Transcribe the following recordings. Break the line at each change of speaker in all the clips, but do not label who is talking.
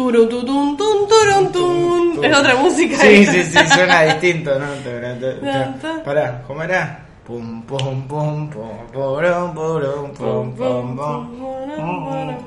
Turututun, tun, turun, tun.
Tum,
Es otra música.
Sí, sí, sí, suena distinto, ¿no? Te- te- te-
Tanta.
Pará, ¿cómo era? Pum, pum, pum, pum, porom, porom, pum, pum, pum.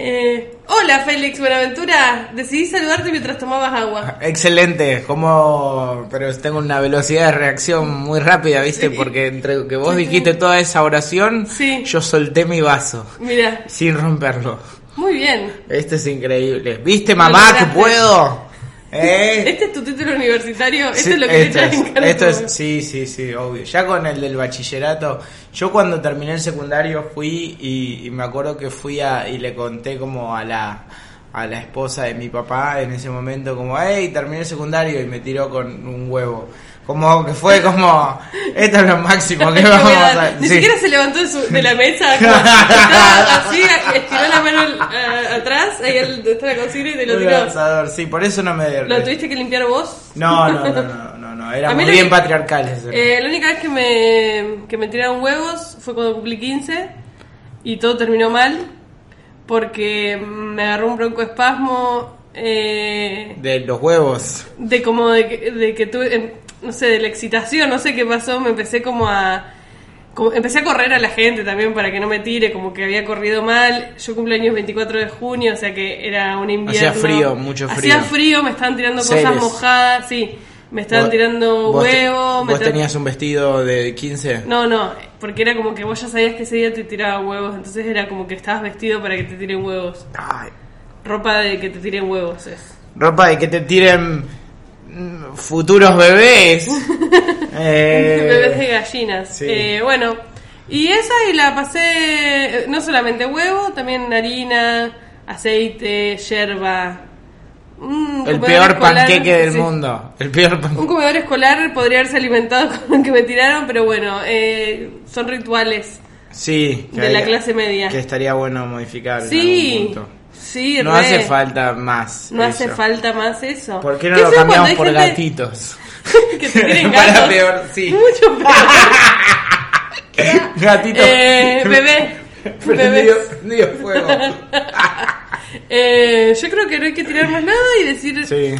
Eh, hola Félix Buenaventura, decidí saludarte mientras tomabas agua.
Excelente, como pero tengo una velocidad de reacción muy rápida, ¿viste? Porque entre que vos dijiste toda esa oración,
Sí.
yo solté mi vaso
Mira,
sin romperlo.
muy bien.
Esto es increíble. ¿Viste,
Lo
mamá, que
lograste.
puedo? ¿Eh?
Este es tu título universitario, esto
Sí,
es lo que
esto
le echas
es-
en cara. a
esto
tu-
es- sí, sí, sí, obvio. Ya con el del bachillerato, yo cuando terminé el secundario fui y, y me acuerdo que fui a, y le conté como a la, a la esposa de mi papá en ese momento, como, hey, terminé el secundario y me tiró con un huevo. Como que fue como, esto es lo máximo que
Te
vamos
voy a
a
dar. Ni
sí.
siquiera se levantó de, su- de la mesa. como- estaba así, estiró la mano eh, atrás, ahí él está la consigna y te lo
Un
tiró.
lanzador, Sí, por eso no me...
¿Lo tuviste que limpiar vos?
No, no, no, no, no, no,
mí
éramos
lo
bien
que-
patriarcales.
Eh, la única vez que me, que me tiraron huevos fue cuando cumplí 15 y todo terminó mal porque me agarró un broncoespasmo eh,
de los huevos.
de como de que, de que tuve, em, no sé, de la excitación, no sé qué pasó, me empecé como a... como- empecé a correr a la gente también para que no me tire, como que había corrido mal. Yo cumplo años 24 de junio, o sea que era un invierno.
frío, mucho
Hacía
frío.
frío, me estaban tirando
Seres.
cosas mojadas, sí. Me estaban
Vos-
tirando
vos te-
huevos. me
¿Vos
estaban-
tenías un vestido de 15?
no, no, porque era como que vos ya sabías que ese día te tiraba huevos, entonces era como que estabas vestido para que te tiren huevos.
Ay,
Ropa de que te tiren huevos es.
ropa de que te tiren mm, futuros bebés. Eh,
Bebés de gallinas.
sí.
Eh, bueno, y esa y la pasé, eh, no solamente huevo, también harina, aceite, yerba. Un comedor
El peor
escolar,
panqueque del
sí.
mundo. El peor pan-
Un comedor escolar podría haberse alimentado con lo que me tiraron, pero bueno, eh, son rituales
Sí.
de la clase media.
Que estaría bueno modificar. en
Sí,
algún punto.
sí,
No
re.
hace falta más.
No hace
eso.
falta más eso.
¿Por qué no
¿Qué
lo
feo cuando
cambiamos
hay
por
gente
gatitos?
Que te tienen
Para
gatos.
peor, sí.
Mucho peor.
Gatitos.
Eh, bebé.
Prendido,
Bebé.
prendido fuego.
Eh, yo creo que no hay que tirar más nada y decir.
Sí.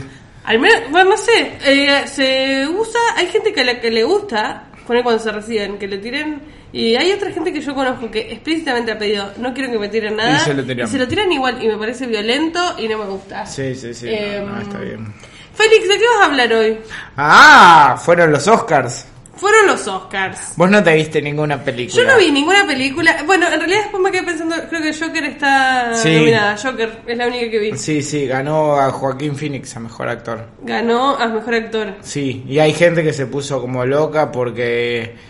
Al menos, bueno, no sé. eh, se usa. Hay gente que, a la que le gusta poner cuando se reciben, que le tiren. Y hay otra gente que yo conozco que explícitamente ha pedido: No quiero que me tiren nada.
Y se lo tiran.
y se lo tiran igual. Y me parece violento y no me gusta.
Sí, sí, sí.
Eh,
no, no, está bien.
Félix, ¿de qué vas a hablar hoy?
Ah, fueron los Oscars.
Fueron los Oscars.
Vos no te viste ninguna película.
Yo no vi ninguna película. Bueno, en realidad después me quedé pensando, creo que Joker está
Sí.
nominada. Joker es la única que vi.
Sí, sí, ganó a Joaquín Phoenix a mejor actor.
Ganó a mejor actor.
Sí, y hay gente que se puso como loca porque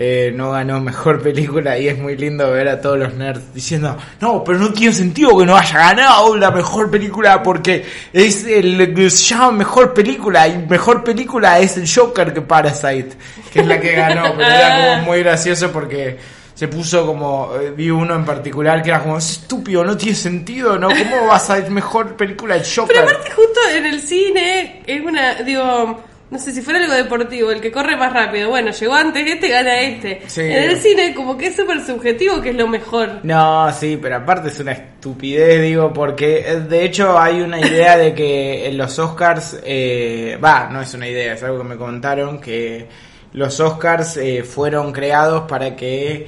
eh, no ganó mejor película y es muy lindo ver a todos los nerds diciendo, no, pero no tiene sentido que no haya ganado la mejor película porque es el que se llama mejor película y mejor película es el Joker que Parasite, que es la que ganó, pero era como muy gracioso porque se puso como, eh, vi uno en particular que era como, es estúpido, no tiene sentido, ¿no? ¿Cómo vas a ir mejor película el
Pero
Joker?
aparte justo en el cine es una, digo, no sé si fuera algo deportivo, el que corre más rápido. Bueno, llegó antes este, gana este.
Sí.
En el cine como que es súper subjetivo que es lo mejor.
No, sí, pero aparte es una estupidez, digo, porque eh, de hecho hay una idea de que en los Oscars, eh, va, no es una idea, es algo que me contaron, que los Oscars eh, fueron creados para que,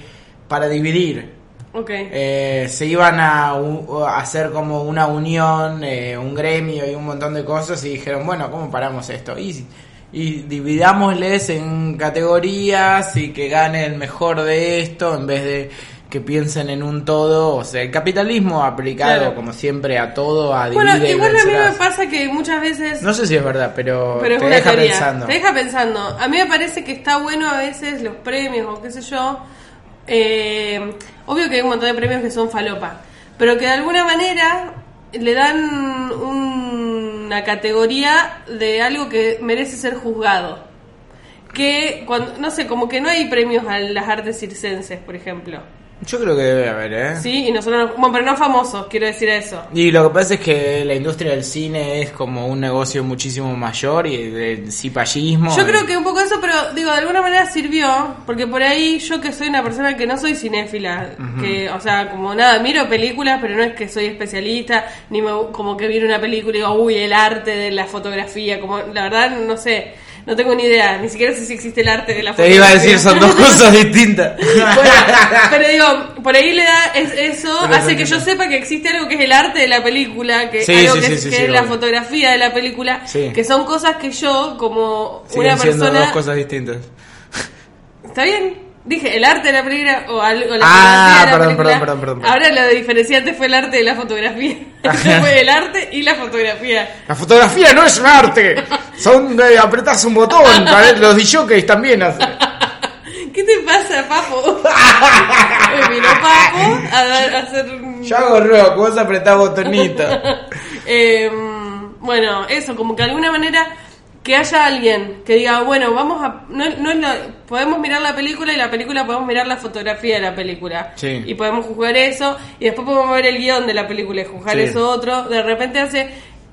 para dividir,
Ok.
eh, se iban a, u- a hacer como una unión, eh, un gremio y un montón de cosas y dijeron, bueno, ¿cómo paramos esto? Y, y dividámosles en categorías y que gane el mejor de esto en vez de que piensen en un todo. O sea, el capitalismo aplicado
Claro.
como siempre a todo, a dividir
bueno,
y
igual a mí me
vencerás.
pasa que muchas veces...
No sé si es verdad, pero,
Pero es
te
una
deja
teoría.
pensando.
Te deja pensando. A mí me parece que está bueno a veces los premios o qué sé yo. Eh, obvio que hay un montón de premios que son falopa. Pero que de alguna manera le dan una categoría de algo que merece ser juzgado. Que, cuando, no sé, como que no hay premios a las artes circenses, por ejemplo.
Yo creo que debe haber, ¿eh?
Sí, y nosotros, bueno, pero no famosos, quiero decir eso.
Y lo que pasa es que la industria del cine es como un negocio muchísimo mayor y de cipallismo.
Yo
y-
creo que un poco eso, pero digo, de alguna manera sirvió, porque por ahí yo que soy una persona que no soy cinéfila, que, o sea, como nada, miro películas, pero no es que soy especialista, ni me, como que miro una película y digo, uy, el arte de la fotografía, como, la verdad, no sé, no tengo ni idea, ni siquiera sé si existe el arte de la
Te
fotografía.
iba a decir, son dos cosas distintas.
Bueno, pero digo, por ahí le da es- eso,
Pero
hace
eso
que
no.
yo sepa que existe algo que es el arte de la película, que
Sí,
algo
sí,
que,
sí,
es,
sí,
que
sí,
es la
obvio.
fotografía de la película,
Sí.
que son cosas que yo como una
Siguen siendo
persona
dos cosas distintas.
¿Está bien? Dije, el arte de la película o algo o la
Ah,
fotografía de la
perdón,
película.
perdón, perdón, perdón.
Ahora lo diferenciante fue el arte de la fotografía. Esto fue el arte y la fotografía.
La fotografía no es un arte. Son de apretás un botón. ¿vale? Los DJs también hacen.
¿Qué te pasa, Papo? Me Vino Papo a, dar- a hacer un-
Yo hago rock, vos apretás botonito.
Eh, bueno, eso, como que de alguna manera que haya alguien que diga, bueno, vamos a. No, no es la- podemos mirar la película y la película podemos mirar la fotografía de la película.
Sí.
Y podemos juzgar eso. Y después podemos ver el guión de la película y juzgar
Sí.
eso otro. De repente hace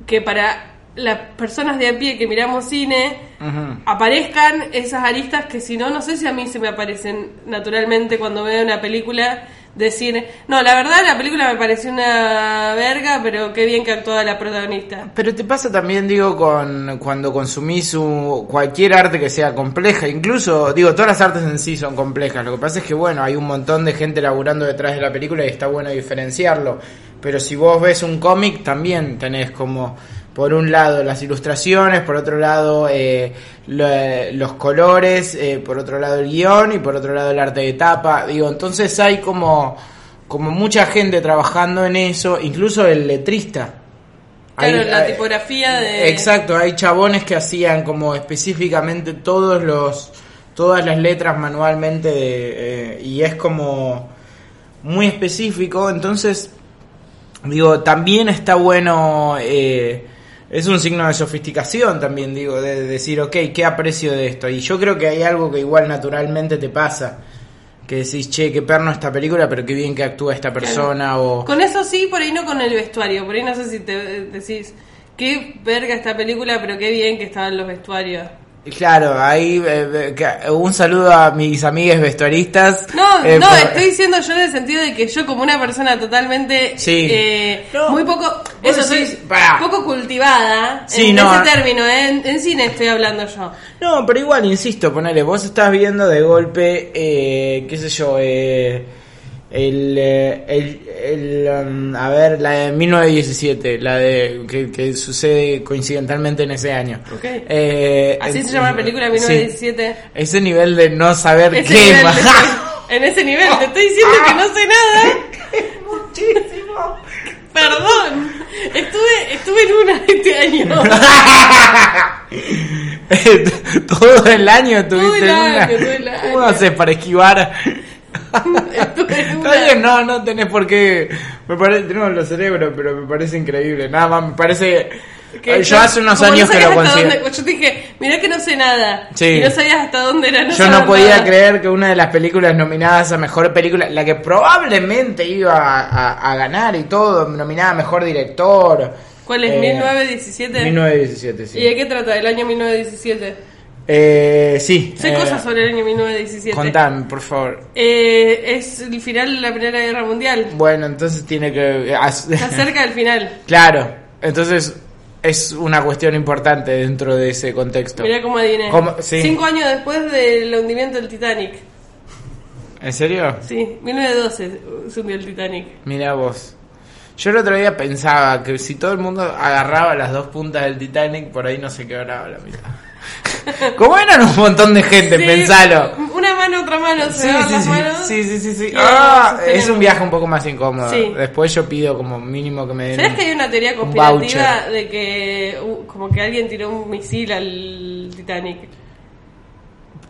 que para las personas de a pie que miramos cine.
Ujú.
Aparezcan esas aristas que si no, no sé si a mí se me aparecen naturalmente cuando veo una película de cine. No, la verdad la película me pareció una verga, pero qué bien que actuaba la protagonista.
Pero te pasa también, digo, con cuando consumís un- cualquier arte que sea compleja, incluso, digo, todas las artes en sí son complejas, lo que pasa es que, bueno, hay un montón de gente laburando detrás de la película y está bueno diferenciarlo, pero si vos ves un cómic también tenés como, por un lado, las ilustraciones, por otro lado, eh, lo- eh, los colores, eh, por otro lado, el guión y por otro lado, el arte de tapa, digo, entonces hay como, como mucha gente trabajando en eso, incluso el letrista.
Claro,
Hay-
la
hay-
tipografía de...
Exacto, hay chabones que hacían como específicamente todos los todas las letras manualmente de, eh, y es como muy específico, entonces digo, también está bueno eh, es un signo de sofisticación también, digo, de, decir, ok, ¿qué aprecio de esto? Y yo creo que hay algo que igual naturalmente te pasa, que decís, che, qué perno esta película, pero qué bien que actúa esta persona, o...
Con eso sí, por ahí no con el vestuario, por ahí no sé si te decís, qué verga esta película, pero qué bien que estaban los vestuarios.
Claro, ahí eh, eh, que- un saludo a mis amigues vestuaristas.
No,
Eh,
no,
por-
estoy diciendo yo en el sentido de que yo como una persona totalmente
Sí.
eh,
No,
muy poco
vos
eso
decís,
soy
pará.
poco cultivada
Sí,
en
no,
ese
eh.
término, eh, en, en cine estoy hablando yo.
No, pero igual, insisto, ponele, vos estás viendo de golpe, eh, qué sé yo, eh, el, eh, el, el, um, a ver, la de 1917, la de que, que sucede coincidentalmente en ese año.
Ok.
Eh,
Así
en-
se llama la película 1917.
Ese nivel de no saber
Ese
qué
nivel
va.
te estoy- en ese nivel te estoy diciendo que no sé nada.
Muchísimo.
Perdón. Estuve estuve en una este año.
Todo el año tuviste
el año,
una.
todo el año.
¿Cómo haces para esquivar?
Estuve en una.
Está bien, no, no tenés por qué. Me parece, tenemos los cerebros, pero me parece increíble. Nada más, me parece.
que
yo
no-
hace unos
como no
años que
sabías
lo
hasta
considero.
dónde- Yo te dije, mirá que no sé nada.
Sí.
Y no sabías hasta dónde era. No
Yo no
saber
podía
nada.
creer que una de las películas nominadas a mejor película, la que probablemente iba a, a- a ganar y todo, nominada a mejor director.
¿Cuál es?
Eh,
1917.
1917, sí.
¿Y de qué trata? El año 1917.
Eh, sí.
Sé
eh,
cosas sobre el año 1917.
Contame, por favor.
Eh, es el final de la Primera Guerra Mundial.
Bueno, entonces tiene que... eh, as-
Está cerca del final.
claro, entonces es una cuestión importante dentro de ese contexto.
Mirá cómo adiviné.
¿Cómo? Sí.
Cinco años después del hundimiento del Titanic.
¿En serio?
Sí, 1912 se hundió el Titanic.
Mira vos. Yo el otro día pensaba que si todo el mundo agarraba las dos puntas del Titanic, por ahí no se quebraba la mitad. Como eran un montón de gente,
Sí,
Este, pensalo.
Una mano, otra mano, se
Sí,
daban
sí,
las
sí,
manos.
sí, sí, sí, sí.
y
Ah,
nos sostenemos.
es un viaje un poco más incómodo.
Sí.
Después yo pido como mínimo que me den...
¿Sabes que hay una teoría
Un
conspirativa
voucher.
de que uh, como que alguien tiró un misil al Titanic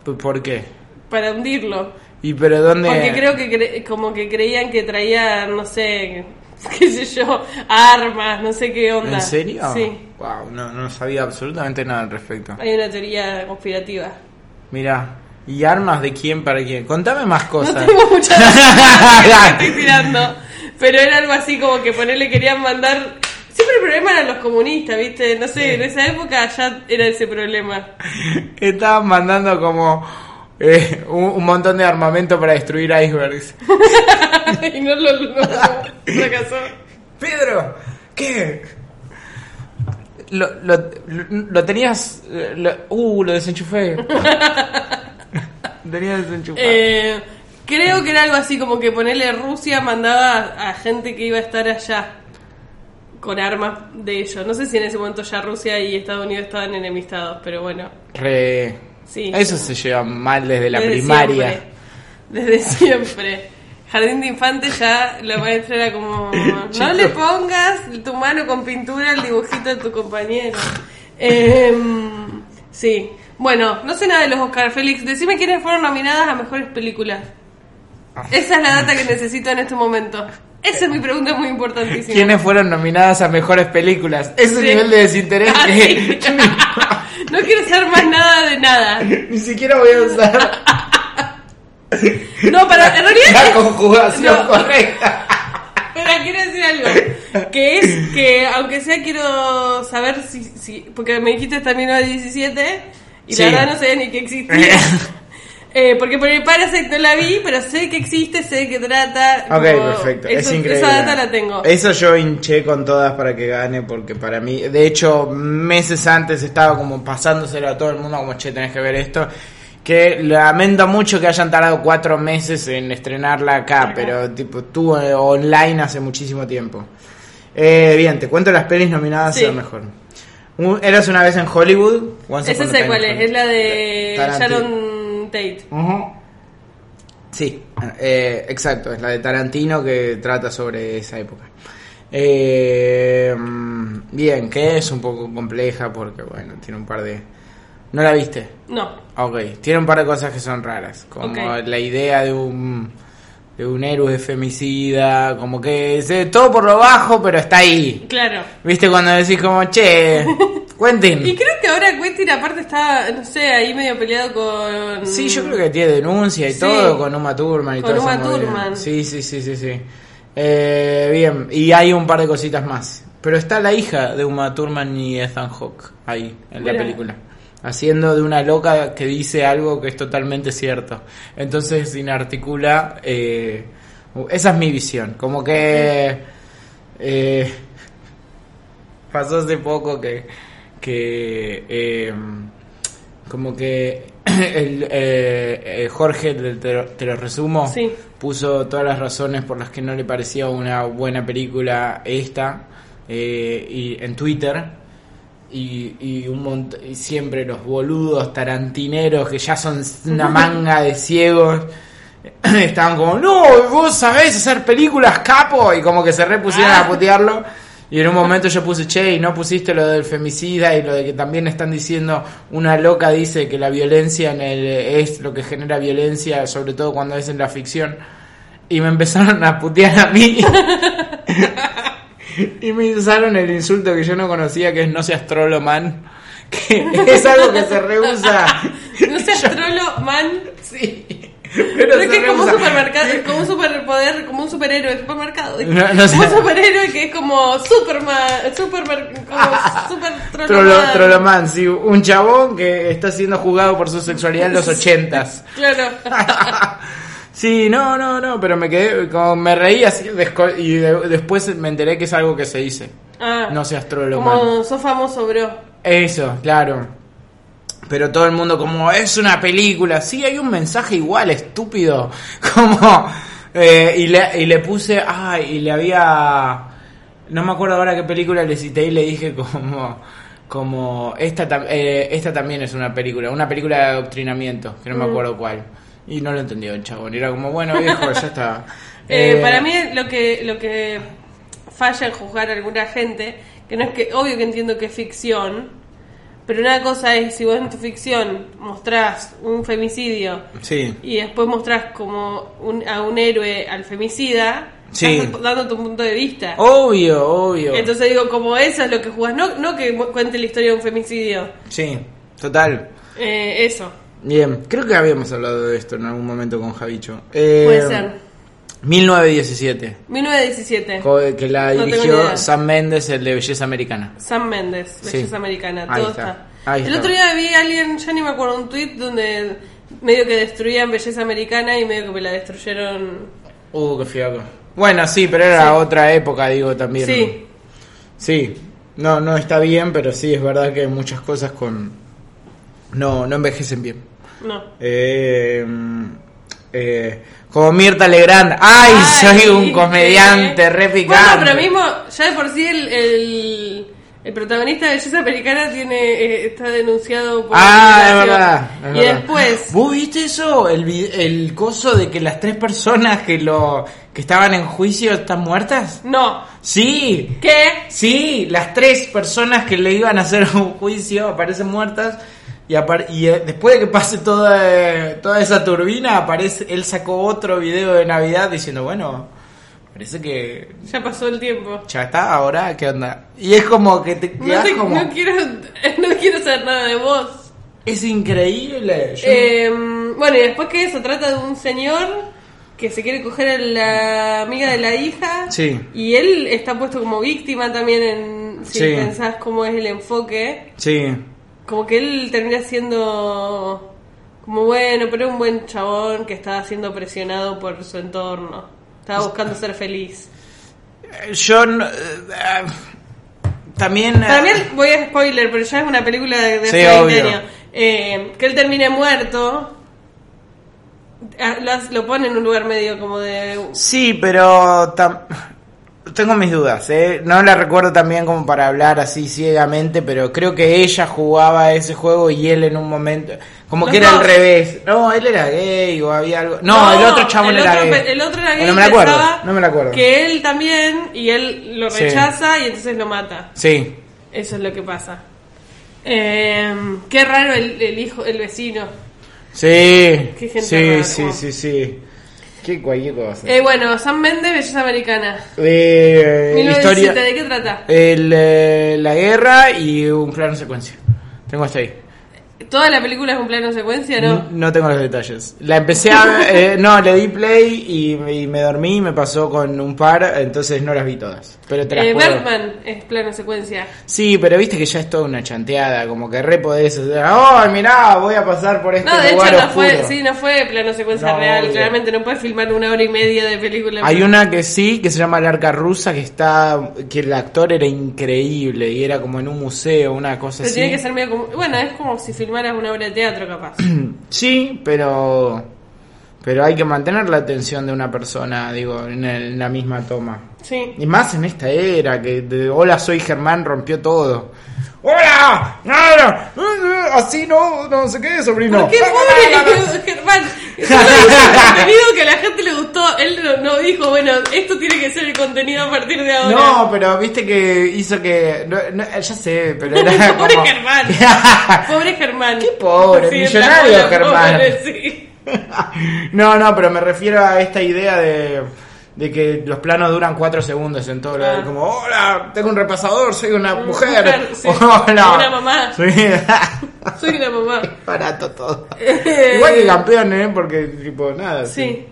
¿Por qué?
para hundirlo?
¿Y pero dónde...?
Porque creo que cre- como que creían que traían, no sé, qué sé yo, armas, no sé qué onda.
¿En serio?
Sí.
Wow, no, no sabía absolutamente nada al respecto.
Hay una teoría conspirativa.
Mira, ¿Y armas de quién para quién? Contame más cosas.
No tengo muchas cosas que estoy tirando. Pero era algo así como que ponerle querían mandar. Siempre el problema eran los comunistas, ¿viste? No sé, en esa época ya era ese problema.
Estaban mandando como eh, un, un montón de armamento para destruir icebergs.
y no lo no, fracasó.
Pedro, ¿qué? Lo, lo, lo tenías... eh, lo- uh, lo desenchufé. Tenía desenchufado.
Eh, creo que era algo así como que ponerle Rusia mandaba a, a gente que iba a estar allá con armas de ellos. No sé si en ese momento ya Rusia y Estados Unidos estaban enemistados, pero bueno.
Re-
sí.
Eso se lleva mal desde la
Desde
primaria.
siempre. Desde siempre. Jardín de infantes ya la maestra era como, no
Chicos.
le pongas tu mano con pintura al dibujito de tu compañero. Em, sí. Bueno, no sé nada de los Oscar Félix. Decime quiénes fueron nominadas a mejores películas.
Ah.
Esa es la data que necesito en este momento. Esa es mi pregunta muy importantísima.
¿Quiénes fueron nominadas a mejores películas? Ese
Sí.
nivel de desinterés
Ah,
que
sí. no quiero saber más nada de nada.
ni siquiera voy a usar
No, para, en realidad
la conjugación
No.
correcta.
Pero quiero decir algo. Que es que, aunque sea, quiero saber si. si porque me dijiste hasta 1917 y
Sí.
la verdad no sabía ni que existía. Eh, porque por el Parasite no la vi, pero sé que existe, sé de qué trata.
Ok,
como-
perfecto. es
eso-
increíble.
Esa data la tengo.
Eso yo hinché con todas para que gane, porque para mí, de hecho, meses antes estaba como pasándoselo a todo el mundo, como che, tenés que ver esto. Que lamento mucho que hayan tardado cuatro meses en estrenarla acá, pero tipo, estuvo eh, online hace muchísimo tiempo. Eh, bien, te cuento las pelis nominadas
Sí.
a mejor. Un- Eras una vez en Hollywood. Once
Esa
Upon a
sé
Time
cuál
in
es,
Hollywood.
es la de
Tarantino.
Sharon Tate.
Ujú. Sí, eh, exacto, es la de Tarantino que trata sobre esa época. Eh, mm, bien, que es un poco compleja porque, bueno, tiene un par de... ¿No la viste?
No.
Ok, tiene un par de cosas que son raras, como
Ok.
la idea de un, de un héroe femicida, como que es eh, todo por lo bajo, pero está ahí.
Claro.
¿Viste cuando decís como, che, Quentin?
Y creo que ahora Quentin aparte está, no sé, ahí medio peleado con...
Sí, yo creo que tiene denuncia y
Sí.
todo con Uma Thurman y
Con
todo
Uma Thurman.
Sí, sí, sí, sí, sí. Eh, bien, y hay un par de cositas más. Pero está la hija de Uma Thurman y Ethan Hawke ahí en la
Mirá.
película. Haciendo de una loca que dice algo que es totalmente cierto. Entonces inarticula... Eh, esa es mi visión. Como que... eh, pasó hace poco que... que em, como que el, eh, eh, Jorge, te, te lo, te lo resumo,
Sí.
puso todas las razones por las que no le parecía una buena película esta eh, y en Twitter. Y, y un mont- y siempre los boludos tarantineros que ya son una manga de ciegos estaban como, no, vos sabés hacer películas, capo, y como que se repusieron
Ah.
a putearlo. Y en un momento yo puse, che, y no pusiste lo del femicida y lo de que también están diciendo, una loca dice que la violencia en el, es lo que genera violencia, sobre todo cuando es en la ficción. Y me empezaron a putear a mí. y me usaron el insulto que yo no conocía, que es no seas trolo, man. Que es algo que se rehúsa.
No seas trolo, man.
Sí.
Pero
Pero
es que
se
es como un
rehúsa.
supermercado, es como un superpoder, como un superhéroe de supermercado.
No, no sé.
Como un superhéroe que es como Superman, Superman, como super
Trolo,
troloman.
Troloman, sí, un chabón que está siendo juzgado por su sexualidad en los ochentas.
Claro.
Sí, no, no, no, pero me quedé, como me reí así desco- y de- después me enteré que es algo que se dice.
Ah,
No seas Troloman.
como sos famoso, bro. Eh,
Eso, claro. Pero todo el mundo como, es una película. Sí, hay un mensaje igual, estúpido. Como... eh, y, le, y le puse, ay, y le había... No me acuerdo ahora qué película le cité y le dije como... Como, esta, tam- eh, esta también es una película, una película de adoctrinamiento, que no
Mm.
me acuerdo cuál. Y no lo entendió el chabón. Era como, bueno, viejo, ya está.
Eh,
Eh,
para mí lo que lo que falla en juzgar a alguna gente, que no es que obvio que entiendo que es ficción, pero una cosa es si vos en tu ficción mostrás un femicidio
Sí.
y después mostrás como un- a un héroe al femicida,
Sí.
estás dando tu punto de vista.
Obvio, obvio.
Entonces digo, como eso es lo que jugás, no, no que mu- cuente la historia de un femicidio.
Sí, total.
Eh, eso.
Bien, creo que habíamos hablado de esto en algún momento con Javicho. Eh,
Puede ser.
1917,
1917.
co- que la
No tengo ni
dirigió
idea.
Sam Méndez, el de Belleza Americana.
Sam Méndez,
Sí.
Belleza Americana,
Ahí
todo
está.
está.
Ahí
el
está.
otro día vi a alguien, ya ni me acuerdo, un tweet donde medio que destruían Belleza Americana y medio que me la destruyeron.
Uh, qué fiaco. Bueno, sí, pero era
Sí.
otra época, digo, también.
Sí,
Sí. No, no está bien, pero sí, es verdad que muchas cosas con... No, no envejecen bien.
no.
Eh, eh, como Mirta Legrand. ¡Ay, soy un
sí.
comediante re picante!
Bueno, pero mismo, ya de por sí el, el, el protagonista de Belleza Americana tiene eh, está denunciado por.
Ah, es
violación.
verdad. es
Y
verdad.
después.
¿Vos viste eso? El, vi- el coso de que las tres personas que lo que estaban en juicio están muertas.
No.
Sí,
¿Qué?
Sí, las tres personas que le iban a hacer un juicio aparecen muertas y, apar- y, eh, después de que pase toda, eh, toda esa turbina, aparece, él sacó otro video de Navidad diciendo, bueno, parece que
Ya pasó el tiempo.
ya está, ahora, ¿qué onda? Y es como que te
No,
quedas
te-
como...
no quiero, no quiero saber nada de vos.
Es increíble. Yo-
Eh, bueno, y después que se trata de un señor que se quiere coger a la amiga de la hija.
Sí.
Y él está puesto como víctima también en si
Sí.
pensás cómo es el enfoque.
Sí,
Como que él termina siendo como bueno, pero es un buen chabón que está siendo presionado por su entorno. Estaba buscando ser feliz.
Eh, yo... no- eh, ah, también...
Para mí,
eh,
el- voy a spoiler, pero ya es una película de, de
Sí,
hace 20
obvio.
años. Eh, que él termine muerto. Ah, Lo, hace- lo pone en un lugar medio como de.
Sí, pero tam- tengo mis dudas. ¿eh? No la recuerdo tan bien como para hablar así ciegamente, pero creo que ella jugaba ese juego y él en un momento... Como
Los
que era al
dos.
revés. No, él era gay o había algo... No, el otro chabón
el
era
otro
gay.
pe- El otro era gay
No me
y
la acuerdo,
pensaba
no me la acuerdo.
Que él también, y él lo
Sí.
rechaza y entonces lo mata.
Sí,
Eso es lo que pasa. Eh, qué raro el, el hijo, el vecino.
sí,
Qué gente
sí,
rara,
sí,
como-
sí, sí. Qué cualquier cosa.
Eh, bueno, Sam Mendes, Belleza Americana.
Eh,
1917,
historia...
¿de qué trata?
el, eh, la guerra y un plano secuencia. Tengo hasta ahí.
¿Toda la película es un plano secuencia, no?
Mm, No. tengo los detalles. La empecé a ver, eh, no, le di play y, y me dormí y me pasó con un par, entonces no las vi todas. Pero te las
Eh,
puedo-
Bergman es plano secuencia.
Sí, pero viste que ya es toda una chanteada, como que re podés hacer, oh, mirá, voy a pasar por este
No, de
lugar
hecho no
oscuro".
fue, sí, no fue plano secuencia
No,
real.
obvio.
Claramente no puedes filmar una hora y media de película.
Hay una que sí, que se llama El Arca Rusa, que está, que el actor era increíble y era como en un museo, una cosa
Pero
así.
tiene que ser medio como... Bueno, es como si filmaras una obra de teatro, capaz.
Sí, pero, pero hay que mantener la atención de una persona, digo, en, el- en la misma toma.
Sí.
Y más en esta era, que de Hola soy Germán rompió todo. ¡Hola! ¡Nada! ¡Eh, eh! Así no, no sé qué, sobrino.
¿Por qué pobre Germán? Es un contenido que a la gente le gustó. Él no, no dijo, bueno, esto tiene que ser el contenido a partir de ahora.
No, pero viste que hizo que. no, no, ya sé, pero era.
Pobre
como-
Germán. Pobre Germán.
Qué pobre,
la
millonario
bola,
Germán.
pobre, sí.
no, no, pero me refiero a esta idea de, de que los planos duran cuatro segundos en todo.
Ah.
lo Como, hola, tengo un repasador, soy una mujer.
mujer, sí.
Hola.
Soy una mamá.
Soy-
Soy una mamá.
Barato todo. Igual que campeón, ¿eh? Porque, tipo, nada.
Sí.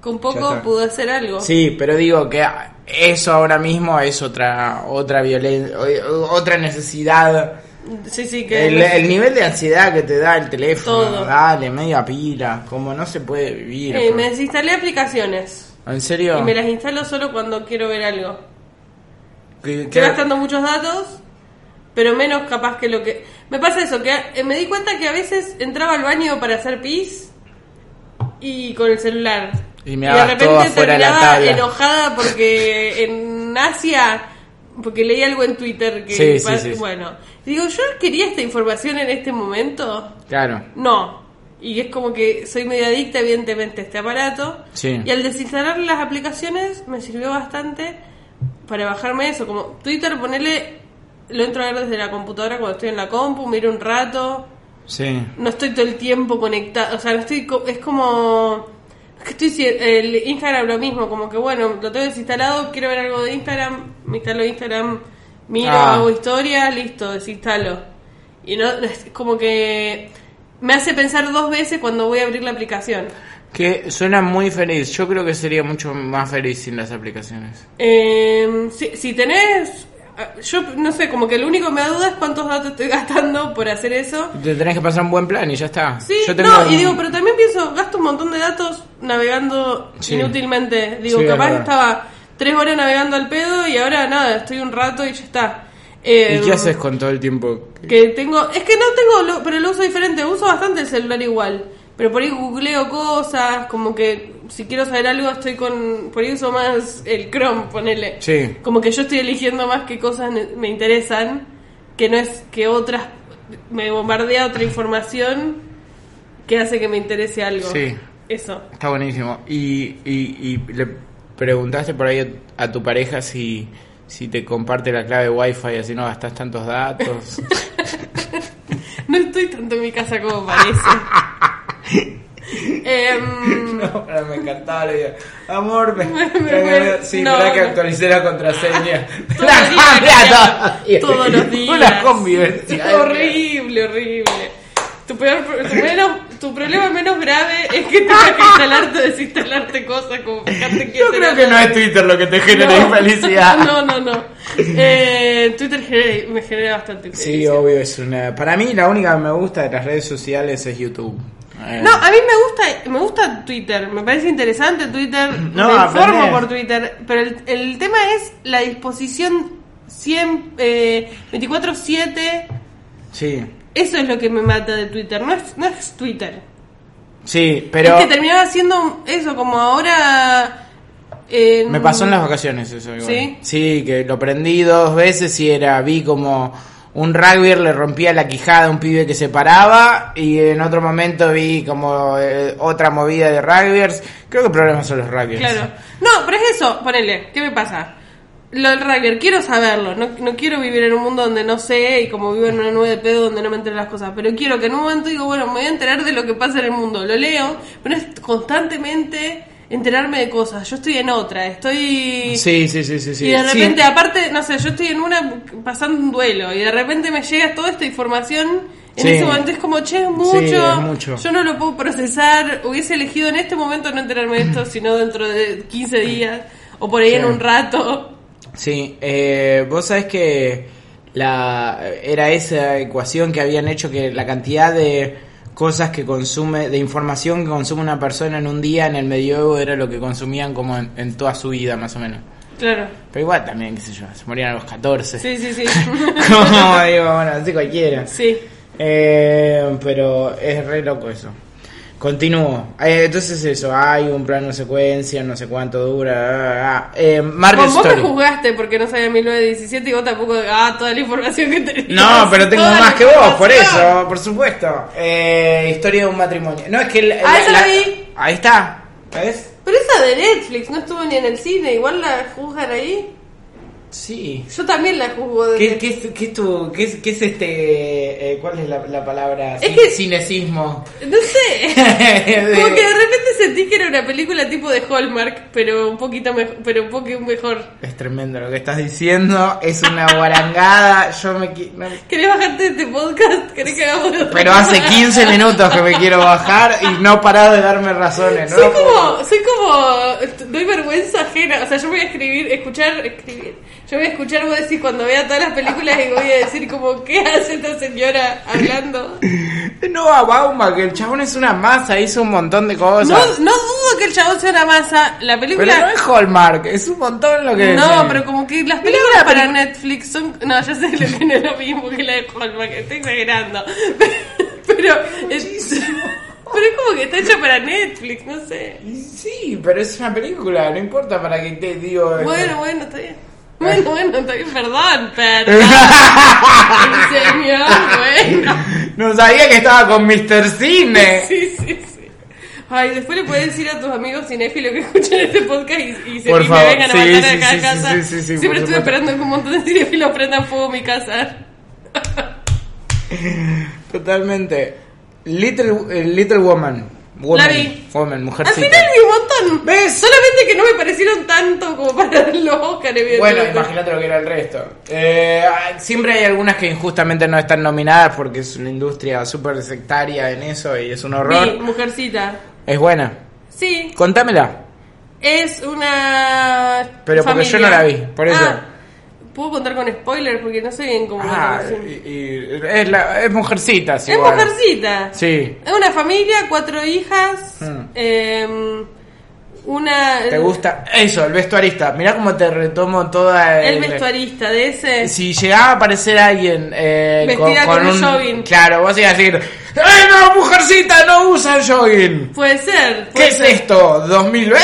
Con
Ya
poco
está.
pudo hacer algo.
Sí, pero digo que eso ahora mismo es otra otra violencia, otra necesidad.
Sí, sí, que...
El, el nivel de ansiedad que te da el teléfono,
Todo.
dale, media pila, como no se puede vivir.
Eh,
bro.
me desinstalé aplicaciones.
¿En serio?
Y me las instalo solo cuando quiero ver algo.
¿Qué-
Estoy
qué-
gastando muchos datos, pero menos capaz que lo que... Me pasa eso, que eh, me di cuenta que a veces entraba al baño para hacer pis y con el celular.
Y me dabas todo afuera de la tabla.
enojada porque en Asia, porque leí algo en Twitter que...
Sí, sí,
pa-
sí, sí.
bueno, digo, yo quería esta información en este momento.
Claro.
No. Y es como que soy medio adicta, evidentemente, a este aparato.
Sí.
Y al desinstalar las aplicaciones me sirvió bastante para bajarme eso. Como Twitter, ponele, lo entro a ver desde la computadora cuando estoy en la compu, miro un rato.
Sí.
No estoy todo el tiempo conectado. O sea, no estoy. co- Es como. es que Estoy, si- el Instagram lo mismo, como que bueno, lo tengo desinstalado, quiero ver algo de Instagram, me instalo Instagram, miro,
Ah.
hago historia, listo, desinstalo. Y no, es como que Me hace pensar dos veces cuando voy a abrir la aplicación.
Que suena muy feliz. Yo creo que sería mucho más feliz sin las aplicaciones.
Eh, si, si tenés... Yo no sé, como que lo único que me da duda es cuántos datos estoy gastando por hacer eso.
Te tenés que pasar un buen plan y ya está.
Sí,
Yo tengo
no, y
un-
digo, pero también pienso, gasto un montón de datos navegando
Sí.
inútilmente. Digo,
Sí, es
capaz
verdad.
estaba tres horas navegando al pedo y ahora nada, estoy un rato y ya está. Eh,
¿Y qué haces con todo el tiempo?
Que tengo, es que no tengo, lo- pero lo uso diferente, uso bastante el celular igual. Pero por ahí googleo cosas, como que si quiero saber algo estoy con, por ahí uso más el Chrome, ponele.
Sí.
Como que yo estoy eligiendo más qué cosas ne- me interesan, que no es que otras, me bombardea otra información que hace que me interese algo.
Sí.
Eso.
Está buenísimo. Y, y, y le preguntaste por ahí a, a tu pareja si, si te comparte la clave wifi así no gastas tantos datos.
No estoy tanto en mi casa como parece. Em,
No, pero me encantaba la idea. Amor, me,
Me- me- me-
sí,
no,
mirá que
no.
actualicé la contraseña.
Todo
La
el día
cambia
cambiando, todos los días.
ah, Una convivencia.
Sí, horrible, horrible. Tu, peor, tu, menos- tu problema menos grave es que tengas que instalarte o desinstalarte cosas como fijarte quién
Yo creo
será.
que no es Twitter lo que te genera infelicidad.
No, no, no. Eh, Twitter genera- me genera bastante
Sí,
infelicidad.
obvio, es una. Para mí, la única que me gusta de las redes sociales es YouTube. Eh,
No, a mí me gusta, me gusta Twitter, me parece interesante Twitter,
No,
me informo
aprendés.
por Twitter, pero el, el tema es la disposición 100, eh, 24/7
Sí,
Eso es lo que me mata de Twitter, no es, no es Twitter.
sí, pero.
Es que terminaba siendo eso, como ahora... eh,
Me pasó en las vacaciones eso. igual.
¿Sí?
Sí, que lo prendí dos veces y era, vi como un rugby le rompía la quijada a un pibe que se paraba y en otro momento vi como eh, otra movida de rugbyers. Creo que el problema son los rugbyers.
Claro. No, pero es eso, ponele, ¿qué me pasa? Lo del rugby, quiero saberlo, no, no quiero vivir en un mundo donde no sé y como vivo en una nube de pedo donde no me entero las cosas, pero quiero que en un momento digo, bueno, me voy a enterar de lo que pasa en el mundo, lo leo, pero es constantemente enterarme de cosas, yo estoy en otra, estoy...
Sí, sí, sí, sí. sí.
Y de
Sí,
repente, aparte, no sé, yo estoy en una pasando un duelo y de repente me llega toda esta información. En
Sí.
ese momento es como, che, es mucho,
es mucho.
Yo no lo puedo procesar. Hubiese elegido en este momento no enterarme de esto, sino dentro de 15 días o por ahí
Sí.
en un rato.
Sí, eh, vos sabés que la, era esa ecuación que habían hecho que la cantidad de cosas que consume, de información que consume una persona en un día en el medioevo era lo que consumían como en, en toda su vida más o menos.
Claro.
Pero igual también, qué sé yo, se morían a los 14.
Sí, sí, sí.
Como digo, bueno, así cualquiera.
sí.
Eh, pero es re loco eso. Continúo. Eh, entonces eso, hay un plano secuencia, no sé cuánto dura. ah, ah, ah. Eh, Marriage
Bueno, vos me
Story.
juzgaste porque no sabía 1917 y vos tampoco, ah, toda la información que tenías.
No, pero tengo
Toda la
más que vos, por
información.
eso, por supuesto. Eh, historia de un matrimonio. No, es que... la-
Ah,
la-
esa la
la-
vi.
Ahí está. ¿Ves?
Pero esa de Netflix, no estuvo ni en el cine, igual la juzgan ahí.
Sí.
Yo también la juzgo de
¿Qué, qué es, qué es tu- qué es- qué es este... eh, ¿Cuál es la, la palabra?
Es que-
Cinecismo.
No sé. Como que de
De-
repente sentí que era una película tipo de Hallmark, pero un poquito mejor, pero un poco mejor.
Es tremendo lo que estás diciendo. Es una guarangada. Yo me... qui- no-
¿Querés bajarte de este podcast? ¿Querés que hagamos otro?
Pero hace 15 minutos que me quiero bajar y no parás de darme razones. ¿no?
Soy como, soy como, doy vergüenza ajena, o sea, yo voy a escribir, escuchar, escribir, yo voy a escuchar vos decir cuando vea todas las películas y voy a decir como, ¿qué hace esta señora hablando?
No, a Bauma, que el chabón es una masa, hizo un montón de cosas.
No, no dudo que el chabón sea una masa, la película...
Pero no es Hallmark, es un montón lo que
No,
decís.
pero como que las películas para Netflix son... No, ya sé lo que no es lo mismo que la de Hallmark, estoy exagerando. Pero es... Pero es como que está hecha para Netflix, no sé.
Y Sí, pero es una película, no importa para que te digo... esto.
Bueno, bueno, está bien. Bueno, bueno, está bien, perdón, perdón. Señor, bueno.
No sabía que estaba con Mr. Cine.
Sí, sí, sí. Ay, después le puedes decir a tus amigos cinéfilos que escuchen este podcast y, y se
Por
y
favor.
me vengan
Sí,
a matar
sí,
acá
sí,
a
sí,
casa.
sí, sí, sí, por
Siempre estuve
supuesto.
esperando que un montón de cinéfilos prendan fuego mi casa.
Totalmente. Little, eh, Little Woman. Woman.
vi.
Woman,
Al
mujercita.
final vi un montón
¿Ves?
Solamente que no me parecieron tanto como para los Oscar,
Bueno,
evidentemente.
imagínate lo que era el resto. Eh, ah, siempre hay algunas que injustamente no están nominadas porque es una industria súper sectaria en eso y es un horror.
Vi, mujercita.
Es buena.
Sí,
Contámela.
es una.
Pero porque yo no la vi, por eso.
Ah, ¿Puedo contar con spoilers? Porque no sé bien cómo.
Ah,
sí.
y- y- es, la- es mujercita, sí.
es
igual.
mujercita.
Sí.
Es una familia, cuatro hijas.
Mm.
eh, una.
¿Te gusta? Eso, el vestuarista. Mirá cómo te retomo toda
El vestuarista de ese.
Si llegaba a aparecer alguien eh,
Vestida con un jogging.
Claro, vos ibas a decir, ¡Ay no, mujercita, no usa jogging!
Puede ser.
¿Qué
puede
es
ser.
esto? ¿2020?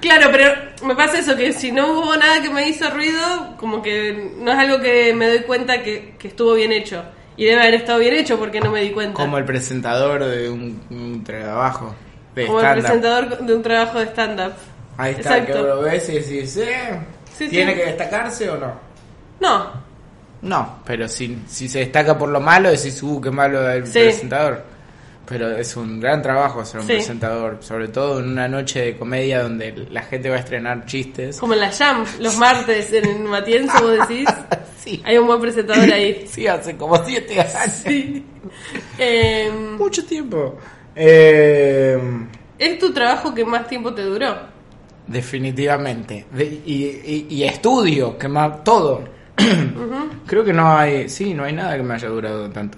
Claro, pero me pasa eso, que si no hubo nada que me hizo ruido, como que no es algo que me doy cuenta que, que estuvo bien hecho. Y debe haber estado bien hecho porque no me di cuenta.
Como el presentador de un, un trabajo de
Como el
estándar.
presentador de un trabajo de stand-up.
Ahí está,
Exacto.
que vos lo ves y decís, eh,
Sí,
¿tiene
sí.
que destacarse o no?
No,
No, pero si, si se destaca por lo malo, decís, uh, qué malo el
Sí.
presentador. Pero es un gran trabajo ser un
Sí.
presentador, sobre todo en una noche de comedia donde la gente va a estrenar chistes.
como en la Jam, los martes en Matienzo, vos decís.
Sí,
Hay un buen presentador ahí.
sí, hace como siete años.
Sí. Eh,
Mucho tiempo. Eh,
es tu trabajo que más tiempo te duró.
definitivamente. De- y, y- y estudio, que más, todo. Creo que no hay, sí, no hay nada que me haya durado tanto.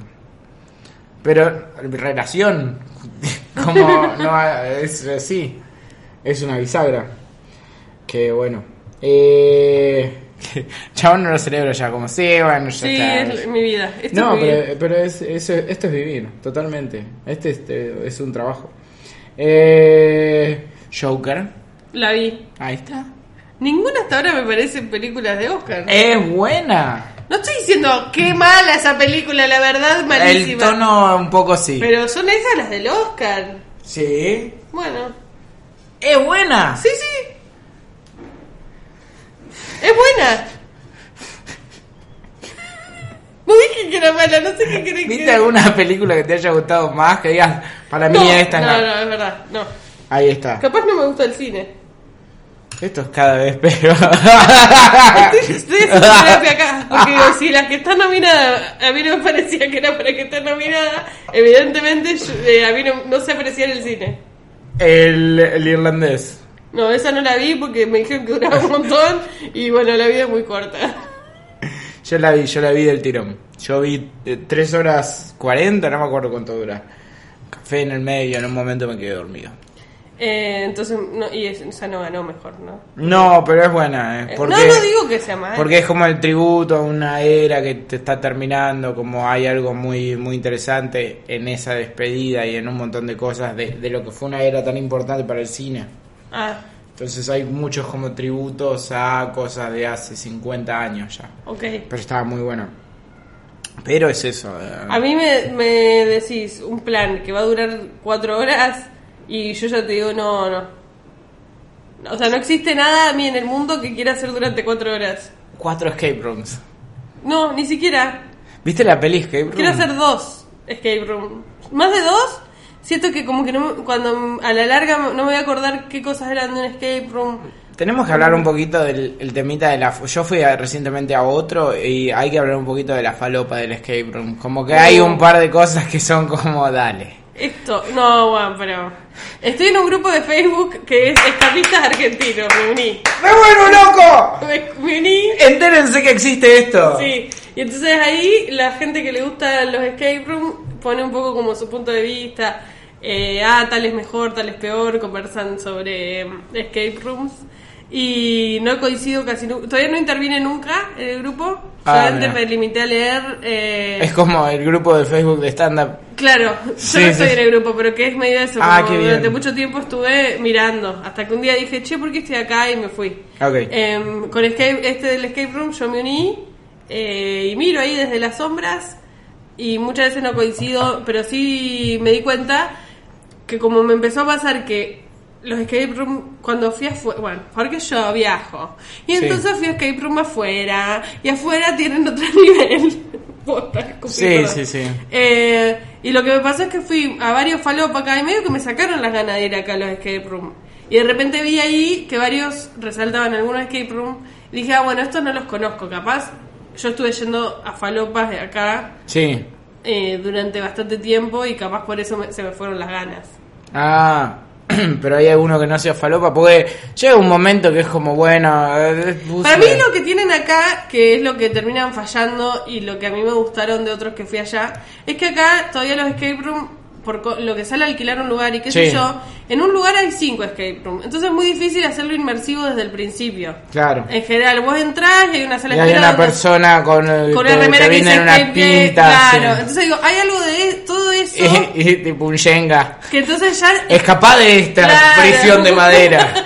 Pero relación, como no ha- es así, es una bisagra. Que bueno. Eh, chabón no lo celebro ya como sí, bueno, ya
Sí,
está.
es mi vida. Esto
No,
es mi vida.
pero, pero es, es- esto es vivir, totalmente. Este, este es un trabajo. Eh, Joker,
La vi.
ahí está.
Ninguna hasta ahora me parecen películas de Oscar.
Es buena.
No estoy diciendo qué mala esa película, la verdad, malísima.
El tono un poco sí.
Pero son esas las del Oscar.
Sí.
Bueno,
Es buena.
sí, sí. Es buena. No dije que era mala, no sé qué querés
¿Viste
que
alguna película que te haya gustado más? Que digas, para mí
no,
esta
no,
no.
no, es verdad, no.
Ahí está.
Capaz no me gusta el cine.
Esto es cada vez peor.
Estoy, estoy haciendo terapia acá, porque digo, si las que están nominadas, a mí no me parecía que era para que estén nominadas, evidentemente yo- eh, a mí no, no se aparecía en el cine.
El, el irlandés.
No, esa no la vi porque me dijeron que duraba un montón y bueno, la vida es muy corta.
Yo la vi, yo la vi del tirón. Yo vi eh, 3 horas 40, no me acuerdo cuánto dura. Café en el medio, en un momento me quedé dormido.
Eh, entonces, no, y es- esa no ganó mejor, ¿no?
No, pero es buena, eh,
Eh,
porque,
no, no digo que sea mal.
porque es como el tributo a una era que te está terminando, como hay algo muy, muy interesante en esa despedida y en un montón de cosas de, de lo que fue una era tan importante para el cine.
Ah,
Entonces hay muchos como tributos a cosas de hace 50 años ya.
ok.
Pero estaba muy bueno. Pero es eso. eh.
A mí me, me decís un plan que va a durar cuatro horas y yo ya te digo, no, no. O sea, no existe nada a mí en el mundo que quiera hacer durante cuatro horas.
Cuatro escape rooms.
No, ni siquiera.
¿Viste la peli Escape Room?
Quiero hacer dos escape room. Más de dos, siento que como que no, me- cuando a la larga no me voy a acordar qué cosas eran de un escape room.
Tenemos que hablar un poquito del el temita de la... Yo fui a- recientemente a otro y hay que hablar un poquito de la falopa del escape room. Como que hay un par de cosas que son como dale.
Esto, no, bueno, pero... Estoy en un grupo de Facebook que es Escapistas Argentinos, me uní.
¡Me vuelvo loco!
Me, me uní,
Entérense que existe esto.
sí. Y entonces ahí la gente que le gusta los escape room pone un poco como su punto de vista. eh, ah, tal es mejor, tal es peor, conversan sobre eh, escape rooms. Y no coincido casi nu- Todavía no intervine nunca en el grupo.
Ah,
Solamente
mira.
me limité a leer... eh,
Es como el grupo de Facebook de stand-up.
Claro, yo
Sí,
no
sí,
estoy
sí.
en el grupo, pero que es medio eso.
Ah,
como
qué bien.
Durante mucho tiempo estuve mirando, hasta que un día dije, che, ¿por qué estoy acá? Y me fui.
Ok.
Em, con escape, este del escape room yo me uní eh, y miro ahí desde las sombras y muchas veces no coincido, pero sí me di cuenta que como me empezó a pasar que los escape room cuando fui afuera, bueno, porque yo viajo, y
Sí.
entonces fui a escape room afuera, y afuera tienen otro nivel. Posta, escupí,
Sí,
perdón.
sí, sí.
Eh, y lo que me pasó es que fui a varios falopa acá y medio que me sacaron las ganas de ir acá a los escape room. Y de repente vi ahí que varios resaltaban algún escape room. Y dije, ah, bueno, estos no los conozco, capaz. Yo estuve yendo a falopas de acá
Sí.
eh, durante bastante tiempo y capaz por eso me- se me fueron las ganas.
Ah, pero hay alguno que no sea falopa, porque llega un momento que es como, bueno... eh, puse-
Para mí lo que tienen acá, que es lo que terminan fallando y lo que a mí me gustaron de otros que fui allá, es que acá todavía los escape room, por co- lo que sale a alquilar un lugar y qué sé
Sí.
yo, en un lugar hay cinco escape room. Entonces es muy difícil hacerlo inmersivo desde el principio.
Claro.
En general, vos entrás y hay una
Y
sala de
hay
espera
una
donde-
persona con, el-
con
que
una remera
te
que dice
venden una
escape game,
pinta.
Claro,
sí.
entonces digo, hay algo de e, todo eso
Y- y tipo un Jenga.
que entonces ya
Escapá de esta
Claro.
prisión de madera.